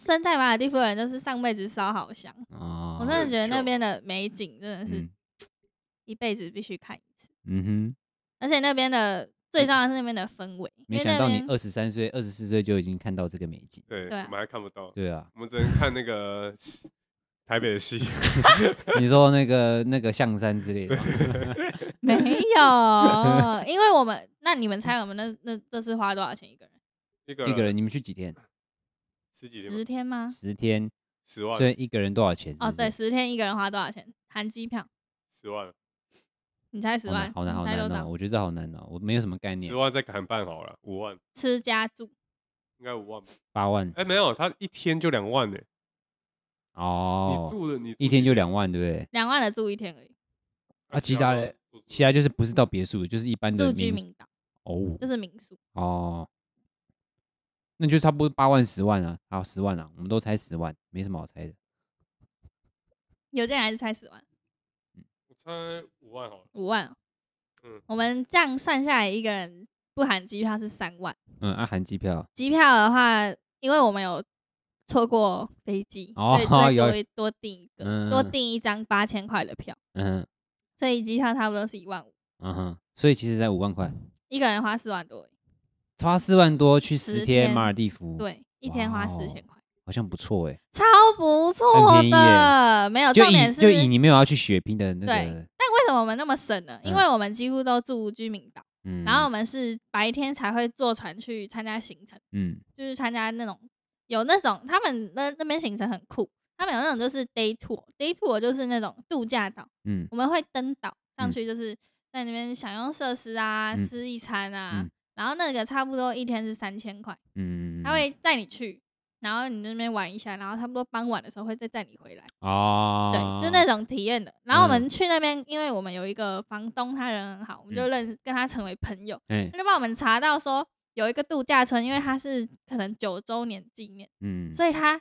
生在马尔蒂夫的人就是上辈子烧好香。哦，我真的觉得那边的美景真的是嗯一辈子必须看一次，嗯哼，而且那边的最重要的是那边的氛围，没因为想那到你边二十三岁、二十四岁就已经看到这个美景。对，对啊我们还看不到，对啊，我们只能看那个 台北的戏。你说那个那个象山之类的吗， 没有，因为我们那你们猜我们那那这次花多少钱一个人？一个一个人你们去几天？啊十几天吧十天吗？十天，十万所以一个人多少钱？是不哦，对，是，十天一个人花多少钱？含机票，十万你猜十万？好难，好你猜难，好多难哦！少？我觉得这好难哦，我没有什么概念十。万再砍半好了，五万吃加住，应该五万吧？八万哎，没有，他一天就两万呢。你哦，住的你一天就两万，对不对？两万的住一天而已，啊其他嘞，其他就是不是到别墅，就是一般的住居民民岛哦就是民宿，哦，那就差不多八万、十万啊，好十万啊，我们都猜十万，没什么好猜的。有些人还是猜十万，我猜五万好了，五万哦。嗯我们这样算下来，一个人不含机票是三万。嗯，啊，含机票机票的话，因为我们有错过飞机，哦所以 有再多一多订一个，嗯多订一张八千块的票，嗯所以机票差不多是一万五，嗯哼，所以其实才五万块，一个人花四万多，花四万多去十十天天马尔蒂夫，，对，一天哇花哦四千块，好像不错哎。超不很错便宜的。没有就呃重点以是，就以但你没有要去血拼的那个对，为什么我们那么省呢？嗯因为我们几乎都住居民岛，嗯，然后我们是白天才会坐船去参加行程，嗯就是参加那种有那种他们那那边行程很酷。他们有那种就是 day tour，day tour 就是那种度假岛，嗯我们会登岛嗯上去，就是在那边享用设施啊，嗯吃一餐啊，嗯然后那个差不多一天是三千块，嗯，他会带你去，然后你那边玩一下，然后差不多傍晚的时候会再带你回来，哦，嗯对，就那种体验的。然后我们去那边，因为我们有一个房东，他人很好，我们就嗯认跟他成为朋友，哎他就帮我们查到说有一个度假村，因为它是可能九周年纪念，嗯，所以他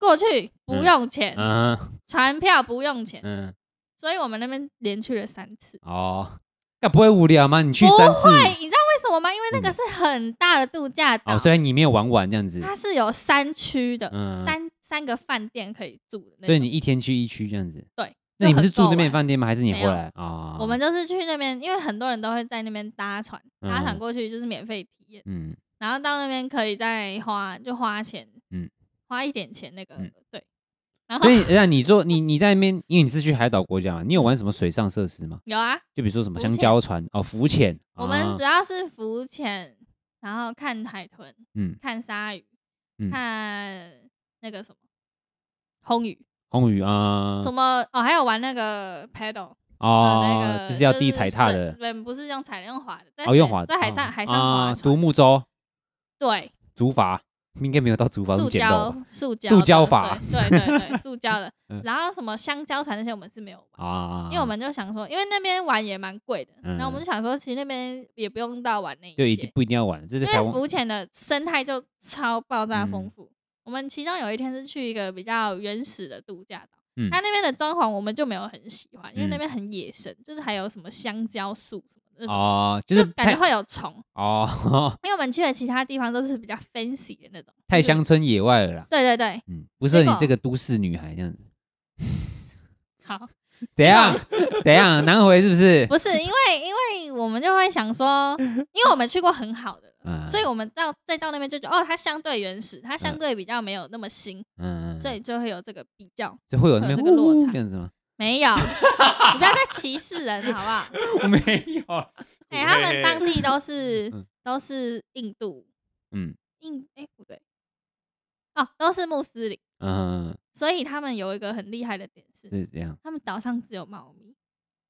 过去不用钱，嗯哼船票不用钱，嗯所以我们那边连去了三次。哦，那不会无聊吗？你去不三次会，你知道为什么吗？因为那个嗯是很大的度假岛，哦，虽然你没有玩完这样子，它是有三区的，嗯三三个饭店可以住的那种。所以你一天去一区这样子。对，那就你们很是住够那边玩饭店吗？还是你没回有来啊？我们就是去那边，因为很多人都会在那边搭船，搭船嗯过去就是免费体验，嗯然后到那边可以再花就花钱，嗯花一点钱那个、嗯对。然后所以那你说你你在那边，因为你是去海岛国家嘛，你有玩什么水上设施吗？有啊，就比如说什么浮香潜蕉船哦，浮潜。我们啊主要是浮潜，然后看海豚，嗯看鲨鱼，嗯看那个什么红鱼，红鱼啊什么哦，还有玩那个 paddle。呃那哦个，就是要自己踩踏是的对，不是用踩的，用划的，在哦，用水滑的在海哦上海上啊划独船，木舟、对，竹筏，应该没有到竹筏，塑用剪刀胶吧塑胶塑的胶法对对对对，塑胶的 嗯。然后什么香蕉船那些我们是没有玩，啊，因为我们就想说，因为那边玩也蛮贵的，嗯然后我们就想说，其实那边也不用到玩那就一一定些，不一定要玩，这是因台为湾浮潜的生态就超爆炸嗯丰富。我们其中有一天是去一个比较原始的度假岛。嗯它那边的装潢我们就没有很喜欢，因为嗯那边很野生，就是还有什么香蕉树什么的那种哦，就就是感太觉会有虫，哦，因为我们去的其他地方都是比较 fancy 的那种，太就是乡村野外了啦，对对对，嗯，不适合你结这果个都市女孩这样子，好， 怎样怎样难回是不是？不是因为因为我们就会想说，因为我们去过很好的了，嗯所以我们到再到那边就觉得，哦，它相对原始，它相对比较没有那么新，嗯，所以就会有这个比较。就会有那会有边这个落呜差这样子吗？没有，你不要再歧视人好不好？我没 有，哎、他们当地都是嗯都是印度，嗯印哎、不对，哦，都是穆斯林，嗯，所以他们有一个很厉害的点是，是这样。他们岛上只有猫咪。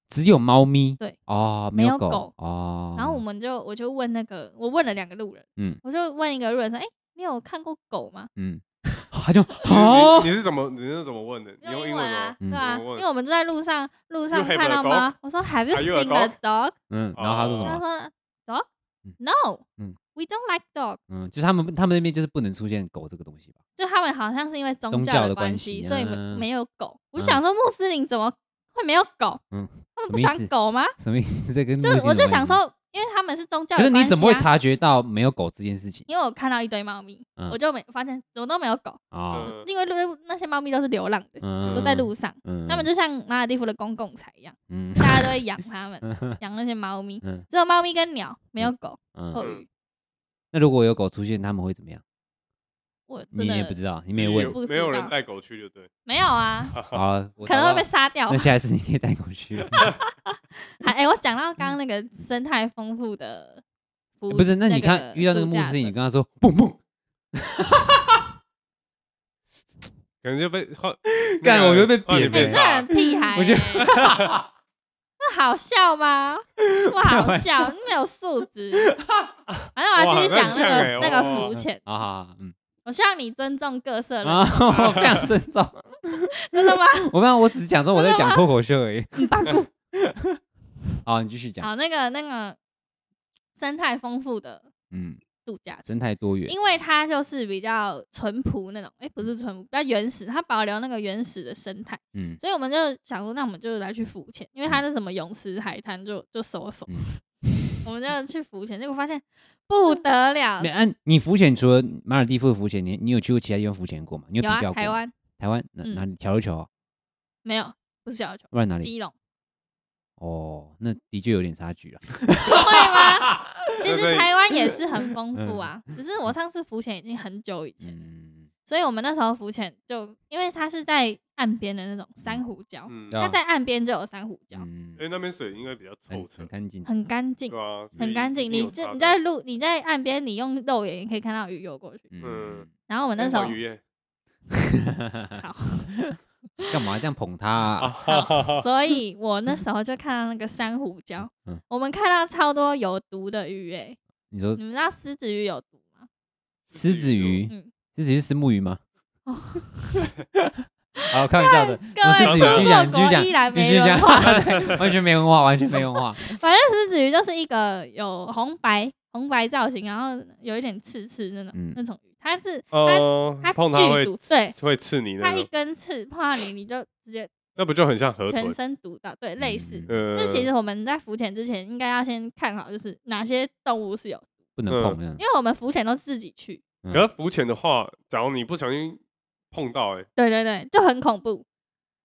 只有猫咪，对，哦，没有有狗狗，哦。然后我们就我就问那个，我问了两个路人，嗯我就问一个路人说，哎、你有看过狗吗？嗯，他 就哦哦，你，你是怎么你是怎么问的？你用英英文啊吗，嗯对啊，我问因为我们就在路上路上 You have 看 a 到 dog？猫，我说 Have you Are you a seen a dog？ dog？嗯，然后他说什他么？说 Dog 嗯 No，嗯 We don't like dog。嗯，就是他们他们那边就是不能出现狗这个东西吧？就他们好像是因为宗宗教的的关系系，所以没嗯没有狗。我就嗯想说穆斯林怎么会没有狗？嗯他什们么不意喜思欢狗吗？什么意思？这跟就穆斯林我就有关想系，说，因为他们是宗教可的是关系、你啊，怎么会察觉到没有狗这件事情因为我看到一堆猫咪，嗯我就没发现怎么都没有狗，啊？嗯因为路那些猫咪都是流浪的，嗯，都在路上。嗯，嗯，他们就像马尔蒂夫的公共财一样，嗯大家都会养它们， 嗯养那些猫咪嗯。只有猫咪跟鸟，没有狗或嗯，鱼。那如果有狗出现，他们会怎么样？我你真也不的知道，你没有问不知道没有人带狗去就对。没 有啊，啊，我可找能会到被杀掉那。下一次你可以带狗去， 还哎，我讲到刚刚那个生态丰富的服嗯务，哎不是？那你看遇到那个度牧假师，你村跟他说蹦蹦，可能就被 换，干那个我就被换你扁哎、了这很屁孩、欸，我觉得那好笑吗？不好笑，没有素质。反正我要继续讲那个哇那很像欸那个哇浮潜，啊，好好嗯 我希望你尊重各色人，啊， 我非常尊重。真的吗？我刚刚我只是讲说我在讲脱口秀而 已。很八股。好，你继续讲。好，那个那个生态丰富的嗯，度假村，生态多元。因为它就是比较淳朴那种，哎、不是淳朴，比较原始，它保留那个原始的生态，嗯所以我们就想说，那我们就来去浮潜，因为它那什么泳池、海滩就就收手，嗯， 我们就去浮潜，结果发现不得了没，按你浮潜除了马尔蒂夫的浮潜，你你有去过其他地方浮潜过吗？你有比有啊较，过台吗？湾台湾哪嗯哪里？小琉球哦，没有，不是小琉球，不然哪里？基隆 哦，那的确有点差距了。会吗？ 其对实对台湾也是很丰富啊，只是我上次浮潜已经很久以前，嗯，所以我们那时候浮潜就因为它是在岸边的那种珊瑚礁，嗯，对啊它在岸边就有珊瑚礁，嗯因，为那边水应该比较很透彻很，干净。很干净对，啊，所以很干净。一定有你这差你别在路你在岸边，你用肉眼也可以看到鱼游过去。 嗯，然后我们那时候黄鱼 耶，好，嗯干嘛这样捧 他啊？好所以我那时候就看到那个珊瑚 礁嗯，我们看到超多有毒的鱼诶、你说你们知道狮子鱼有毒吗？狮子鱼嗯，狮子鱼是石目鱼吗？哦 好，开玩笑的。 各位狮子中鱼继续讲，国继续讲，依然你没继续讲文化，对 完全没文化，完全没文化。反正狮子鱼就是一个有红白红白造型，然后有一点刺刺那种、嗯那种鱼，它是它哦，它碰它剧会毒，对，会刺你它那一种，根刺碰到你，你就直接那不就很像河全豚？身毒到，对，类似。呃，就其实我们在浮潜之前，应该要先看好，就是哪些动物是有，不能碰嗯这样因。为我们浮潜都自己去，可是浮潜的话，假如你不小心碰到，哎，对对对，就很恐怖，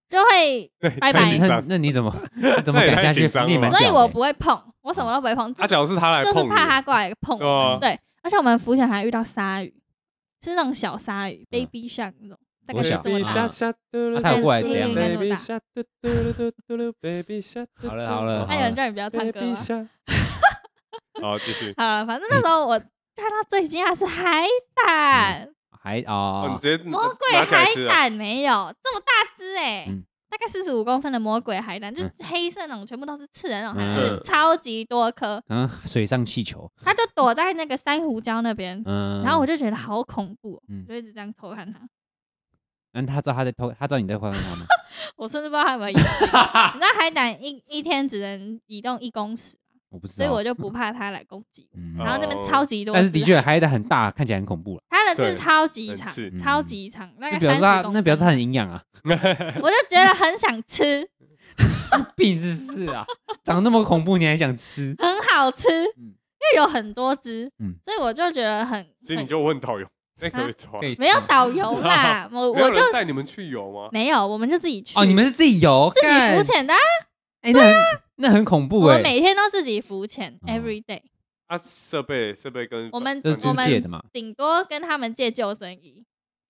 就会那也 拜太那拜紧你那张。那 你怎么怎么那也敢太下去紧张？你也了蛮吧所以屌的我欸不会碰，我什么都不会碰，哦他就啊假如是他来就是碰你，怕它过来碰对啊我们。对，而且我们浮潜还遇到鲨鱼，是那种小鲨嗯鱼，baby shark 那种，大概多是小这么啊大。啊他有过来怎样 Baby 呢 shark，嘟嘟噜嘟噜，Baby shark，嘟 好了好了嘟那有人叫你不要唱歌 Baby 吗？ shark 好，继 续。好了，反正那时候我看到最惊讶的是海胆，还哦，你哦，直接魔鬼拿起来海吃啊！胆没有这么大只哎嗯，大概四十五公分的魔鬼海胆，就是黑色那种，全部都是刺的那种海胆，嗯而且超级多颗，嗯，水上气球，它就躲在那个珊瑚礁那边。嗯，然后我就觉得好恐怖哦、嗯我就一直这样偷看它，嗯，他知道他在偷，他知道你在偷看他吗？ 我甚至不知道它有没 有移动。你知道海胆一一天只能移动一公尺，我不知所道，以我就不怕它来攻击我。嗯，哦然后这边超级多只，哦但是的确海胆很大，看起来很恐怖了，它的对刺超级很长刺，超级长，大那概表三示十他公分。那表示他很营养 啊， 我就觉得很想吃，病是是啊，长那么恐怖你还想吃？很好吃，嗯因为有很多只嗯，所以我就觉得很所以你很就问导游，那可不可以抓可？以没有吃导游 啦，啊我没有我就人带你们去游吗？没有，我们就自己去哦，你们是自己游自己哦干浮潜的啊，哎，那很那很恐怖我哎、们每天都自己浮潜哦，every day。啊，设备设备跟我们这是我租借们的嘛，顶多跟他们借救生衣，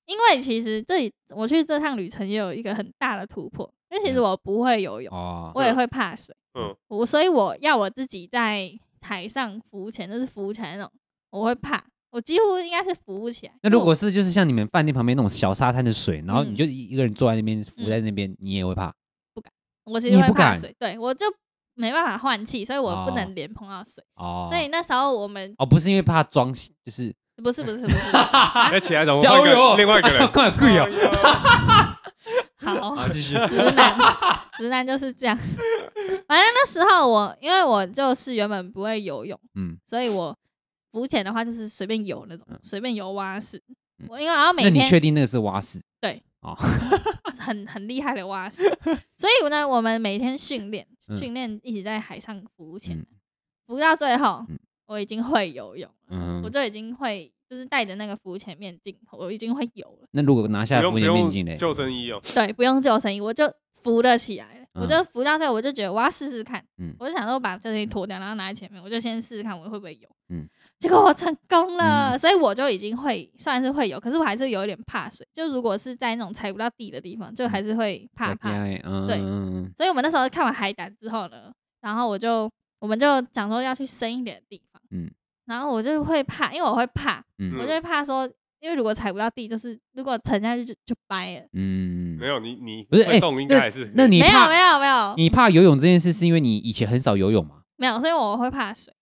因为其实这里我去这趟旅程也有一个很大的突破，因为其实嗯我不会游泳，哦，我也会怕水，嗯我所以我要我自己在台上浮潜，就是浮起来那种，我会怕，我几乎应该是浮不起来。那如因为果是就是像你们饭店旁边那种小沙滩的水，然后你嗯就一个人坐在那边浮在那边，你也会怕我我其你实会不怕敢水，对我就没办法换气，所以我不哦能脸碰到水。哦。所以那时候我们哦，不是因为怕装，就是不是不是 不是不是要哎起来怎么加换一油个另外一个人？快 贵啊！啊！好。好，继续直男， 直男就是这样。反正那时候我，因为我就是原本不会游泳，嗯，所以我浮潜的话就是随便游那种，随便游蛙式嗯。我因为我要那每你天确定那个是蛙式？ 很很厉害的 蛙式，所以呢，我们每天训练嗯训练一起在海上浮潜嗯，浮到最后嗯，我已经会游泳了，嗯我，就已经会就是戴着那个浮潜面镜，我已经会游了。那如果拿不 下用浮不潜面用镜嘞，救生衣哦，对，不用救生衣，我就扶得起来了。嗯我就扶到这，我就觉得我要试试看。嗯我就想说我把救生衣脱掉，然后拿在前面，我就先试试看我会不会游。嗯 结果我成功了，嗯所以我就已经会算是会游，可是我还是有一点怕水。就如果是在那种踩不到地的地方，嗯就还是会怕怕。对，对嗯，所以我们那时候看完海胆之后呢，然后我就我们就想说要去深一点的地方。嗯然后我就会怕，因为我会怕，嗯我嗯就会怕说，因为如果踩不到地，就是如果沉下去就就掰了。嗯，没有你你不是会哎动应该还是那你没有怕没有没有，你怕游泳这件事，是因为你以前很少游泳嘛？没有，所以我会怕水。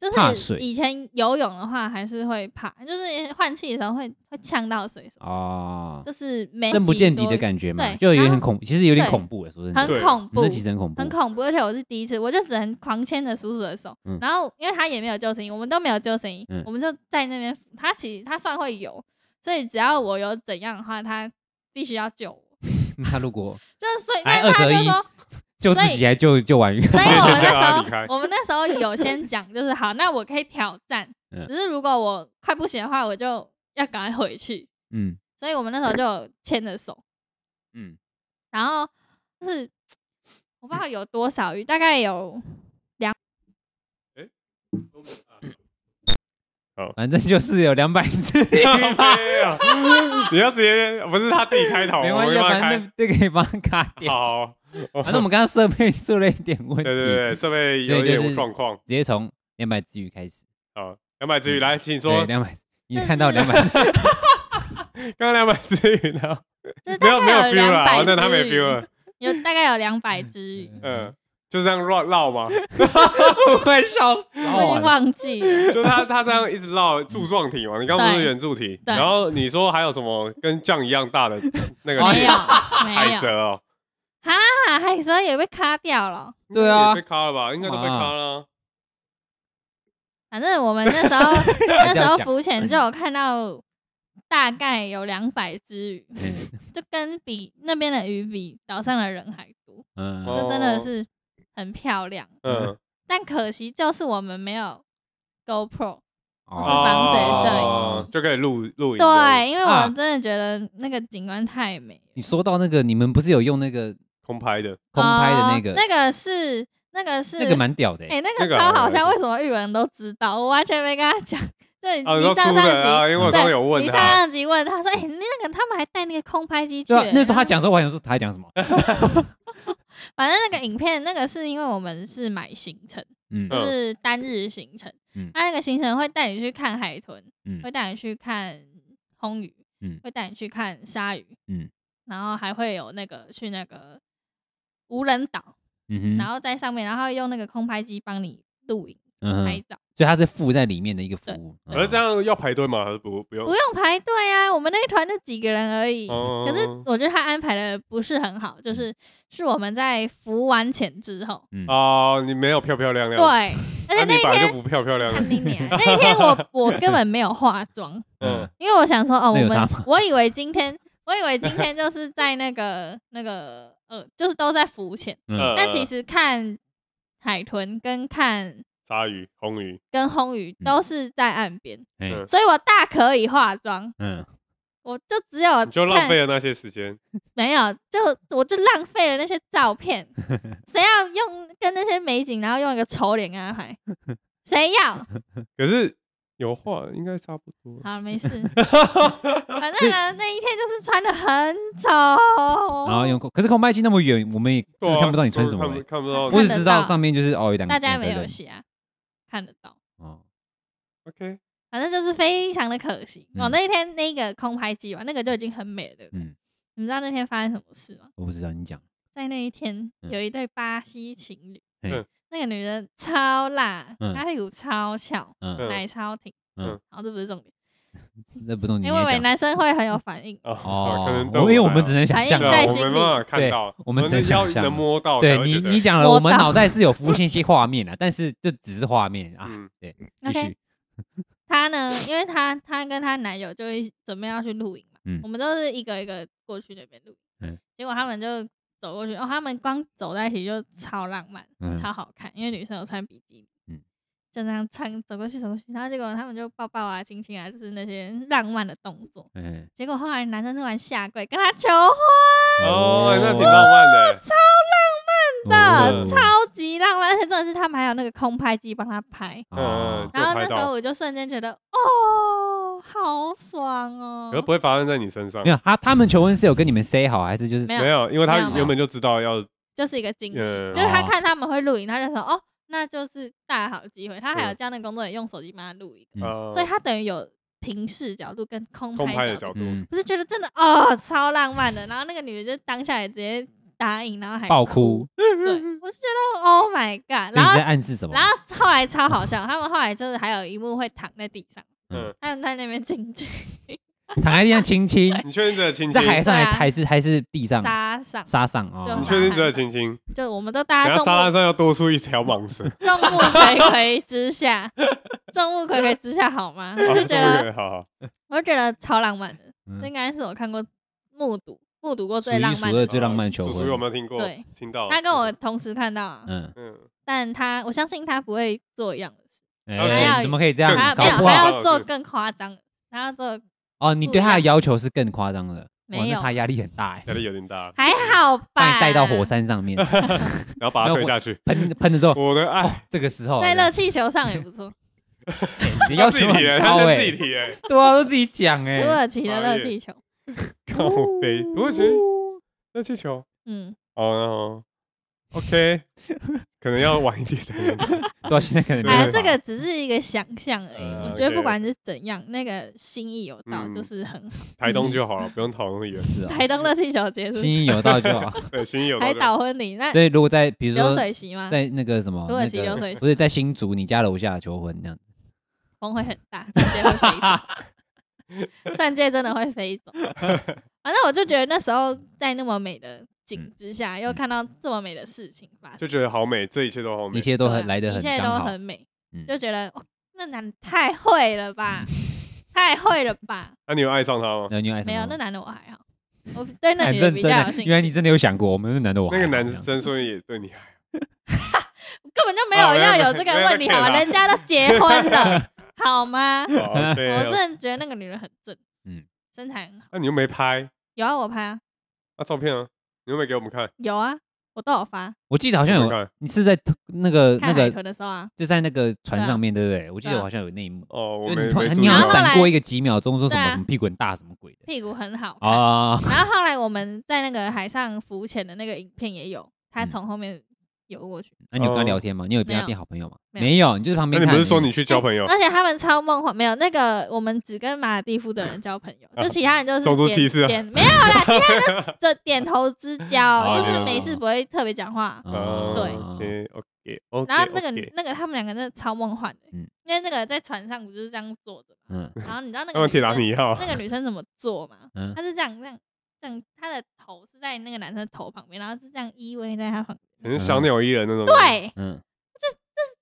就怕是水以前游泳的话还是会怕，就是换气的时候会会呛到水什么，哦，就是没深不几见底多的感觉嘛，对就有点然恐，其实有点对恐怖了，说真的，很对恐嗯怖那，其实很恐怖，很恐怖，而且我是第一次，我就只能狂牵着叔叔的手，嗯然后因为他也没有救生衣，我们都没有救生衣，嗯我们就在那边，他其实他算会游，所以只要我有怎样的话，他必须要救我，他如 果就是所以，哎但是他二择就一说救自所以己还救救完鱼， 所以我们叫他那离时开候，我们那时候有先讲，就是好，那我可以挑战嗯，只是如果我快不行的话，我就要赶快回去。嗯所以我们那时候就有牵着手，嗯，然后就是我不知道有多少鱼，大概有反正就是有两百只鱼吧，没有， 你要直接不是他自己开头， 没关系哦我啊，帮他反开正这这可以帮他卡掉。好，反正我们刚刚设备出了一点问题，对对对，设备所以有就是点状况直接从两百只鱼开始，啊。两百只鱼，嗯来，请对，说。两百，你这看到是两 百，刚刚两百只鱼呢？就是没有大没有概 feel 啊两了，百好那他没只 feel 了鱼，，有大概有两百只鱼，嗯，就这样绕绕吗？我快笑死我已经了。忘记了。就他他这样一直绕柱状体嘛，你刚刚不是圆柱体，对然后你说还有什么跟酱一样大的那哦个 没有，没海有蛇哦，啊，海蛇也被卡掉了。对啊也被卡了吧？应该都被卡了啊。反正我们那时候那 时还这样候讲浮潜就有看到大概有两百只鱼， 就跟比那边的鱼比岛上的人还多，嗯，哦这真的是很漂亮。嗯，但可惜就是我们没有 GoPro，哦是防水摄影哦就可以录录影。对，，因为啊我真的觉得那个景观太美了。你说到那个，你们不是有用那个空拍的，空拍的那哦个，那个是那个是那个蛮屌的欸，哎、那那个个超好那笑，个为什么日本人都知道？我完全没跟他讲。对，哦啊，你你说上租上集的啊，因为我对上次有问你上他，上集问他说：“哎、你那个他们还带那个空拍机去、对啊，那时候他讲的时候，我还想说他在讲 什么，反正那个影片那个是因为我们是买行程，嗯就，是单日行程。嗯他那个行程会带你去看海豚，嗯会带你去看红鱼，嗯会带你去看鲨鱼，嗯然后还会有那个去那个无人岛，嗯然哼，后在上面，然后用那个空拍机帮你录影嗯拍哼，照，所以它是附在里面的一个服务，嗯可是这样要排队吗？还是不不用不？用排队啊。我们那一团就几个人而已。哦嗯可是我觉得他安排的不是很好，就是是我们在浮完潜之后，哦，你没有 漂漂亮亮，对，，而那且那你一本来就天不漂漂亮亮看，你娘，那一天我我根本没有化妆，嗯嗯，因为我想说哦，我那有差们吗我以为今天我以为今天就是在那个那个呃，就是都在浮潜，呃嗯但其实看海豚跟看鲨鱼、红鱼，跟红鱼嗯都是在岸边，哎嗯所以我大可以化妆，嗯，我就只有你就浪呃看费了那些时间。 没有，就我就浪费了那些照片。谁要用跟那些美景，然后用一个丑脸跟他拍，谁要？可是有话应该差不多。好，没事，反正呢那一天就是穿的很丑，然后用空，可是空拍机那么远，我们也对啊看不到你穿什么看欸不看不到。我只看得知道到上面就是哦有两个大家没有人写啊，看得到，哦， OK，反正就是非常的可惜。嗯哦，那一天那个空拍机嘛，那个就已经很美了，对不对？嗯，你们知道那天发生什么事吗？我不知道你讲，在那一天，嗯有一对巴西情侣，嘿嗯那个女的超辣，嗯她屁股超翘，嗯嗯奶超挺，嗯嗯，好，这不是重点，那不懂你因为也讲男生会很有反应。哦，哦好可能，我对因为我们只能想反应象对啊啊，在我心们里没办法看对到，我们只能那要想象能摸到才对会你觉得你讲了，摸我们到脑袋是有浮现一些画面啊， 但是这只是画面啊，嗯对，继 OK 续，她呢，因为她她跟她男友就一准备要去露营嘛，嗯我们都是一个一个过去那边露营，嗯结果他们就走过去，哦，他们光走在一起就超浪漫，嗯超好看，因为女生有穿比基尼，嗯就这样穿走过去走过去，然后结果他们就抱抱啊、亲亲啊，就是那些浪漫的动作。嗯，结果后来男生突然下跪跟她求婚哦，那挺浪漫的。的，哦超级浪漫，而且重点是他们还有那个空拍机帮她拍，哦嗯，然后就那拍到时候我就瞬间觉得，哦，好爽哦可是！不会发生在你身上没。有他他们求婚是有跟你们 say 好还是就是没有没有，因为他没有没有原本就知道要就是一个惊喜，嗯就是他哦看他们会录影，他就说哦，那就是大好机会。他还有嗯叫那个工作人员用手机帮他录影，嗯呃，所以他等于有平视角度跟空空拍拍的角角度，度，嗯我就觉得真的哦超浪漫的。然后那个女的就当下也直接答应，然后还爆哎哭哭，，对我就觉得 Oh my 所以 God，然你后在暗示什么然？后后来超好笑，他们后来就是还有一幕会躺在地上，嗯，他们在那边亲亲躺在地上亲亲，你确定这个亲亲在？海上还对是啊还是还是地上沙上，沙上你就哦确定这个亲亲？就我们都大等家下众沙目滩上要多出一条蟒蛇， 众目睽睽之下，众目睽睽之下好吗？哦我就觉啊 得，对好好，我就觉得超浪漫的，嗯这应该是我看过目睹目睹过数最一浪数漫二的。最浪漫的求叔叔有婚没，有听过？对，听到。他跟我，同时看到啊，嗯，嗯，但他我相信他不会做一样的事，哎，有你怎么可以这样更 他？搞没有，不他好要做更夸张的，他要做哦，你对他的要求是更夸张的，没哇那有他压力很大哎，压力有点大，还好把吧？你带到火，山 上面，然后把它推下去。喷喷了之后，我的哎哦爱，，这个时候在热气球上也不错，你他要自求己提很的，高他自哎己，提 的，对啊，都自己讲土哎，耳其的热气球，靠背，土耳其哦热气球，嗯，哦然后，OK，可能要晚一点才能吃。 对啊，现在可能没哎办呀，法这个只是一个想象而已。嗯我觉得 OK 不管是怎样，那个心意有到嗯就是很好。台东就好了，不用讨论那么远。是哦台东热气球结束心，意有到就 好。对，新友海岛婚礼那所以如果在比如流说水席吗？在那个什么土耳其那个流水席不是在新竹你家楼下求婚那样子，风会很大，钻戒会飞 走，钻戒真的会飞走。反正我就觉得那时候在那么美的嗯景之下，又看到这么美的事情发就生，觉得好美，这一切都好美一。切都对很啊来得一很切都刚好。很美，嗯就觉得、哦那男的太会 了吧，太会了吧。那啊你有爱上他吗？那你爱什没有，么那男的我还好，我 对那很女的认比真较有欸，兴趣，原来你真的有想过，我们是男的我还那好个男这样生说也对你爱，根本就没有哦没有要有这个没有问题，好吗？没有人家都结婚了，好 吗？哦对 我啊真的觉得那个女人很正，嗯嗯，身材很好。那你又没拍有啊，我拍啊，那照片啊，你又没给我们看，有啊，我都有发。我记得好像我没有看你是在那个呃那看海个豚的时候啊，就在那个船上面，对不对？我记得对啊我好像有那一幕，哦，我就没你没突注然意你到好然像后后来闪过一个几秒钟，说什对啊么什么屁股很大什么 鬼的屁股很好看。啊，然后后来我们在那个海上浮潜的那个影片也有，嗯他从后面游过去。那你有跟他哦聊天吗？你有跟没有他变好朋友吗？没有没有，你就是旁那边你看而已。不是说你去 交朋友？而且他们超梦幻，没有那个我们只跟马尔蒂夫的人交 朋友，就其他人就是啊种族歧视啊点点没有啦，其他人 就这点头之交，啊哦就是没事不会特别讲话。哦对，OK OK 啊 OK。然后那个那个他们两个真的超梦幻的嗯，因为那个在船上不就是这样坐着嘛，嗯然后你知道 他那个们女铁达生尼号 那个女生怎么做吗？嗯她是这样这样这样，她的头是在那个男生的头旁边，然后是这样依偎在他旁边。很像小鸟依人那种，，对，嗯，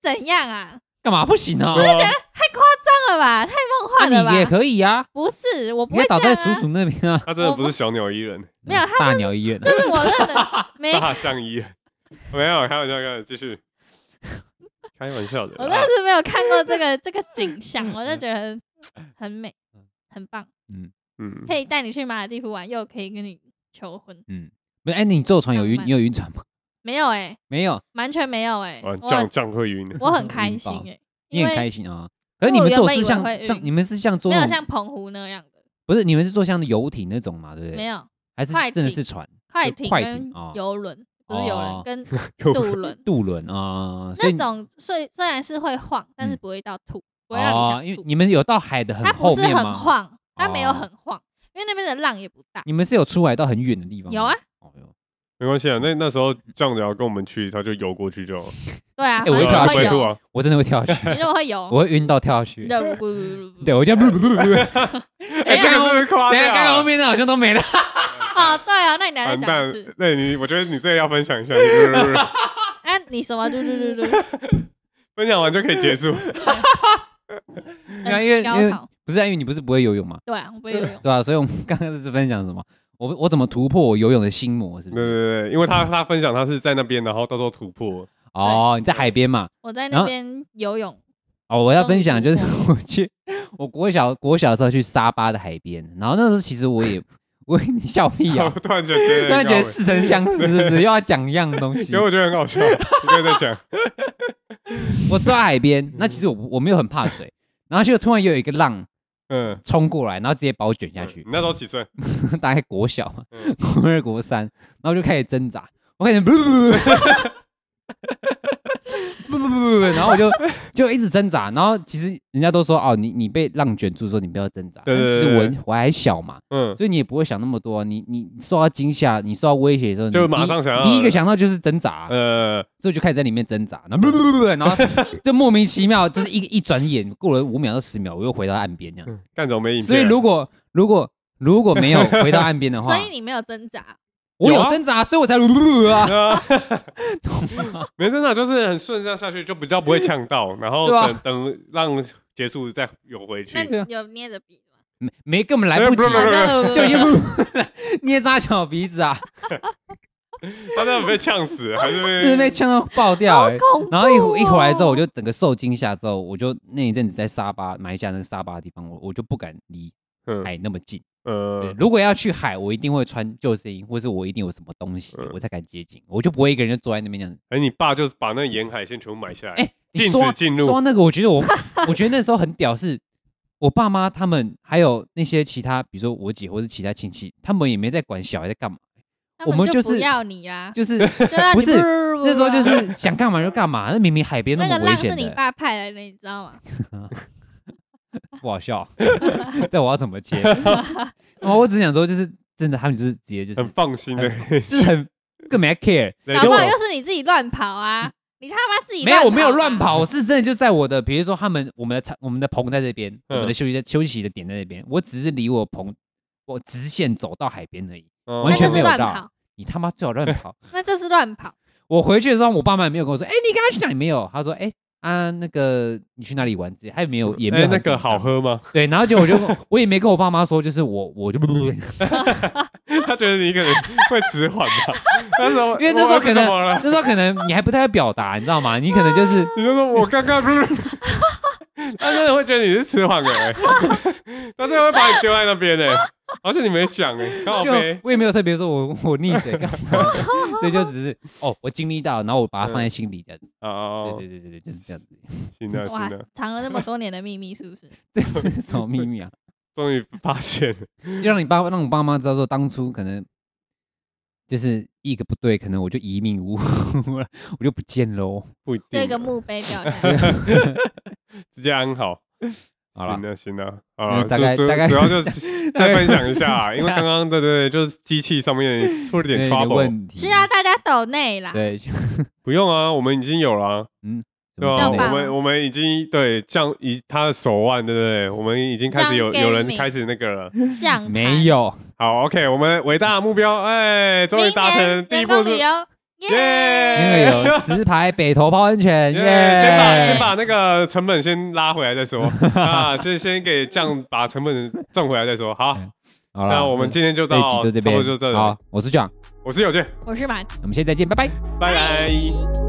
怎样啊？干嘛不行啊？对啊，太夸张了吧，太梦幻了那你也吧？可以啊，不是，我你不会要这倒样在叔啊。叔那边啊，他真的不是小鸟依人， 没有他大鸟医院啊。这是我认 的，没，大象依人，没有开玩笑，开玩笑，继续，开玩笑的我啦倒。是没有看过这 个这个景象，嗯我就觉得很美，很棒，嗯，可以带你去马尔地夫玩，又可以跟你求婚。嗯，不是，哎，你坐船有晕，浪漫你有晕船吗？没有哎，没有，完全没有哎，啊，我这样很这样会晕的。我很开心晕爆哎，你因很开为心啊。可是你们因为我做原是本以像为会像晕你们是像坐没那有种像澎湖那样的，不是你们是坐像游艇那种嘛，对不对？没，有还是快真的艇是船快有艇快跟艇哦游轮，不是游哦 轮跟有渡轮。渡轮啊？所以那种虽虽然是会晃，但是嗯不会到吐，不会让你哦，因想为吐。你们有到海的很它不后是面很吗？晃，它没有哦很晃，因为那边的浪也不大。你们是有出海到很远的地方吗？有啊哦哟，没关系啊，那那时候这样子要跟我们去，他就游过去就好。对啊，哎我一反跳正不下会会吐游，啊，我真的会跳下去，你就会游。我会晕到跳下去。对，不不不不对，我这样哎哎，呀这个是不是夸等一下，张？刚才后面那好像都没了。啊，对啊，那你等一下再完讲蛋一次。，那你我觉得你这个要分 享一下， 哎，你什么？嘟嘟嘟嘟， 分享完就可以结束。没有因为很哎高因为潮。不是啊，因为你不是不会游泳嘛，对啊，我不会游 泳。对吧？所以我们刚刚是分享什么？我我怎么突破我游泳的心魔？是不对是？对对，因为他他分享他是在那边，然后到时候突破， 哦，你在海边嘛？我在然那后边 游泳，哦，我要分享就是终我去我国小国小的时候去沙巴的海边，然后那时候其实我也我你笑屁我啊！突然觉得，突然觉得似曾相识，是不是又要讲一样东西因为？我觉得很好笑， 你刚才在讲，我坐在海边，那其实我不我没有很怕水，然后就突然又有一个浪嗯，冲过来，然后直接把我卷下去你。那时候几岁？ 大概国小嘛嗯， 国二、国三，然后就开始挣扎，我开始 不不不不不，然后我就就一直挣扎，然后其实人家都说哦，你你被浪卷住之后，你不要挣扎，对但其对实对我我还小嘛，嗯，所以你也不会想那么多，啊你你受到惊吓，你受到威胁的时候，就你第一马上想要第一个想到就是挣扎，啊呃，所以就开始在里面挣扎，然后不不不不，然后就莫名其妙，就是一一转眼过了五秒到十秒，我又回到岸边这样，干怎么没影片？嗯所以如果如果如果没有回到岸边的话，所以你没有挣扎。我有有啊挣扎，所以我才啊， 啊，没真的就是很顺这样下去，就比较不会呛 到，然后对啊等等让结束再游回去那。你对啊有捏着鼻子吗？没没根本来不及，不是不是就已经捏扎小鼻子啊，他真的被呛 死，还是真的被呛到爆掉哎、恐怖然后一回一回来之后，哦我就整个受惊吓之后，我就那一阵子在沙巴埋下那个沙巴的地方，我我就不敢离嗯海那么近。对呃，如果要去海，我一定会穿救生衣，或是我一定有什么东西嗯，我才敢接近。我就不会一个人就坐在那边这样子。哎，你爸就是把那沿海线全部买下来，哎，你禁说止进入说到那个，我觉得我 我觉得那时候很屌是，我爸妈他们还有那些其他，比如说我姐或是其他亲戚，他们也没在管小孩在干嘛，他我们就就不是要你啦， 就是就让不你是那那时候就是想干嘛就干嘛。那明明海边那个么危浪是险你 的，爸派来的，你知道吗？不好 笑，这我要怎么接？ 然后我只想说，就是真的，他们就是直接就是很放心欸的。 就是很更没 care。搞不好对又是你自己乱 跑啊！你他妈自己啊没有，我没有吧乱跑，我是真的就在我的，比如说他们我们的场我们的棚在这边，我嗯们的休息在休息的点在这边，我只是离我棚我直线走到海边而已。嗯完那全就没是有乱到跑，你他妈最好乱 跑！那就是乱跑。我回去的时候，我爸妈也没有跟我说，哎、你刚刚去哪里没有？他说，哎、啊，那个你去哪里玩之类，他也没有，也没有、哎那个好。喝吗？对，然后结果我就我也没跟我爸妈说，就是我我就不哦他觉得你可能会迟缓吧。那时候因为那时候可能我儿子怎么了那时候可能你还不太会表达，你知道吗？你可能就是你就说我刚刚不是，他真的会觉得你是迟缓的、欸，他真的会把你丢在那边哎、而且你没讲哎、欸，刚好就没，我也没有特别说我 我溺水干嘛，所以就只是哦我经历到，然后我把它放在心里这样子。对嗯哦，对对对对，就是这样子。 行了哇行了，，藏了那么多年的秘密，是不是？这是什么秘密啊？终于发现了，就让你爸让我爸妈知道说，当初可能就是一个不对，可能我就一命呜呼了，我就不见喽。不一这定个了，墓碑掉下 来，直接安好。好啦行了行了，好了，嗯大概主主大概主要 就是大概再分享一下啊，是因为刚刚对对对，就是机器上面出了点对你的 trouble，问题是啊，，大家抖内啦，对，就不用啊，我们已经有了啊， 对怎么这啊，讲样我吧呢们我们已经对像以他的手腕，对不对？我们已经开始有这样有人 gaming 开始那个了。这样谈没。有，好，OK，我们伟大的目标，哎，终于达成明第一年员步工旅是，游，耶！因为耶！有石牌北投泡 温泉，耶耶！哎先把先把那个成本先拉回来再 说啊，先先给这样把成本挣回来再说。好，嗯好了，那我们今天就这到一集就差这不多就边，这里。好，我是 John，我是有健，我是马吉我们下次再见，拜拜。拜拜。拜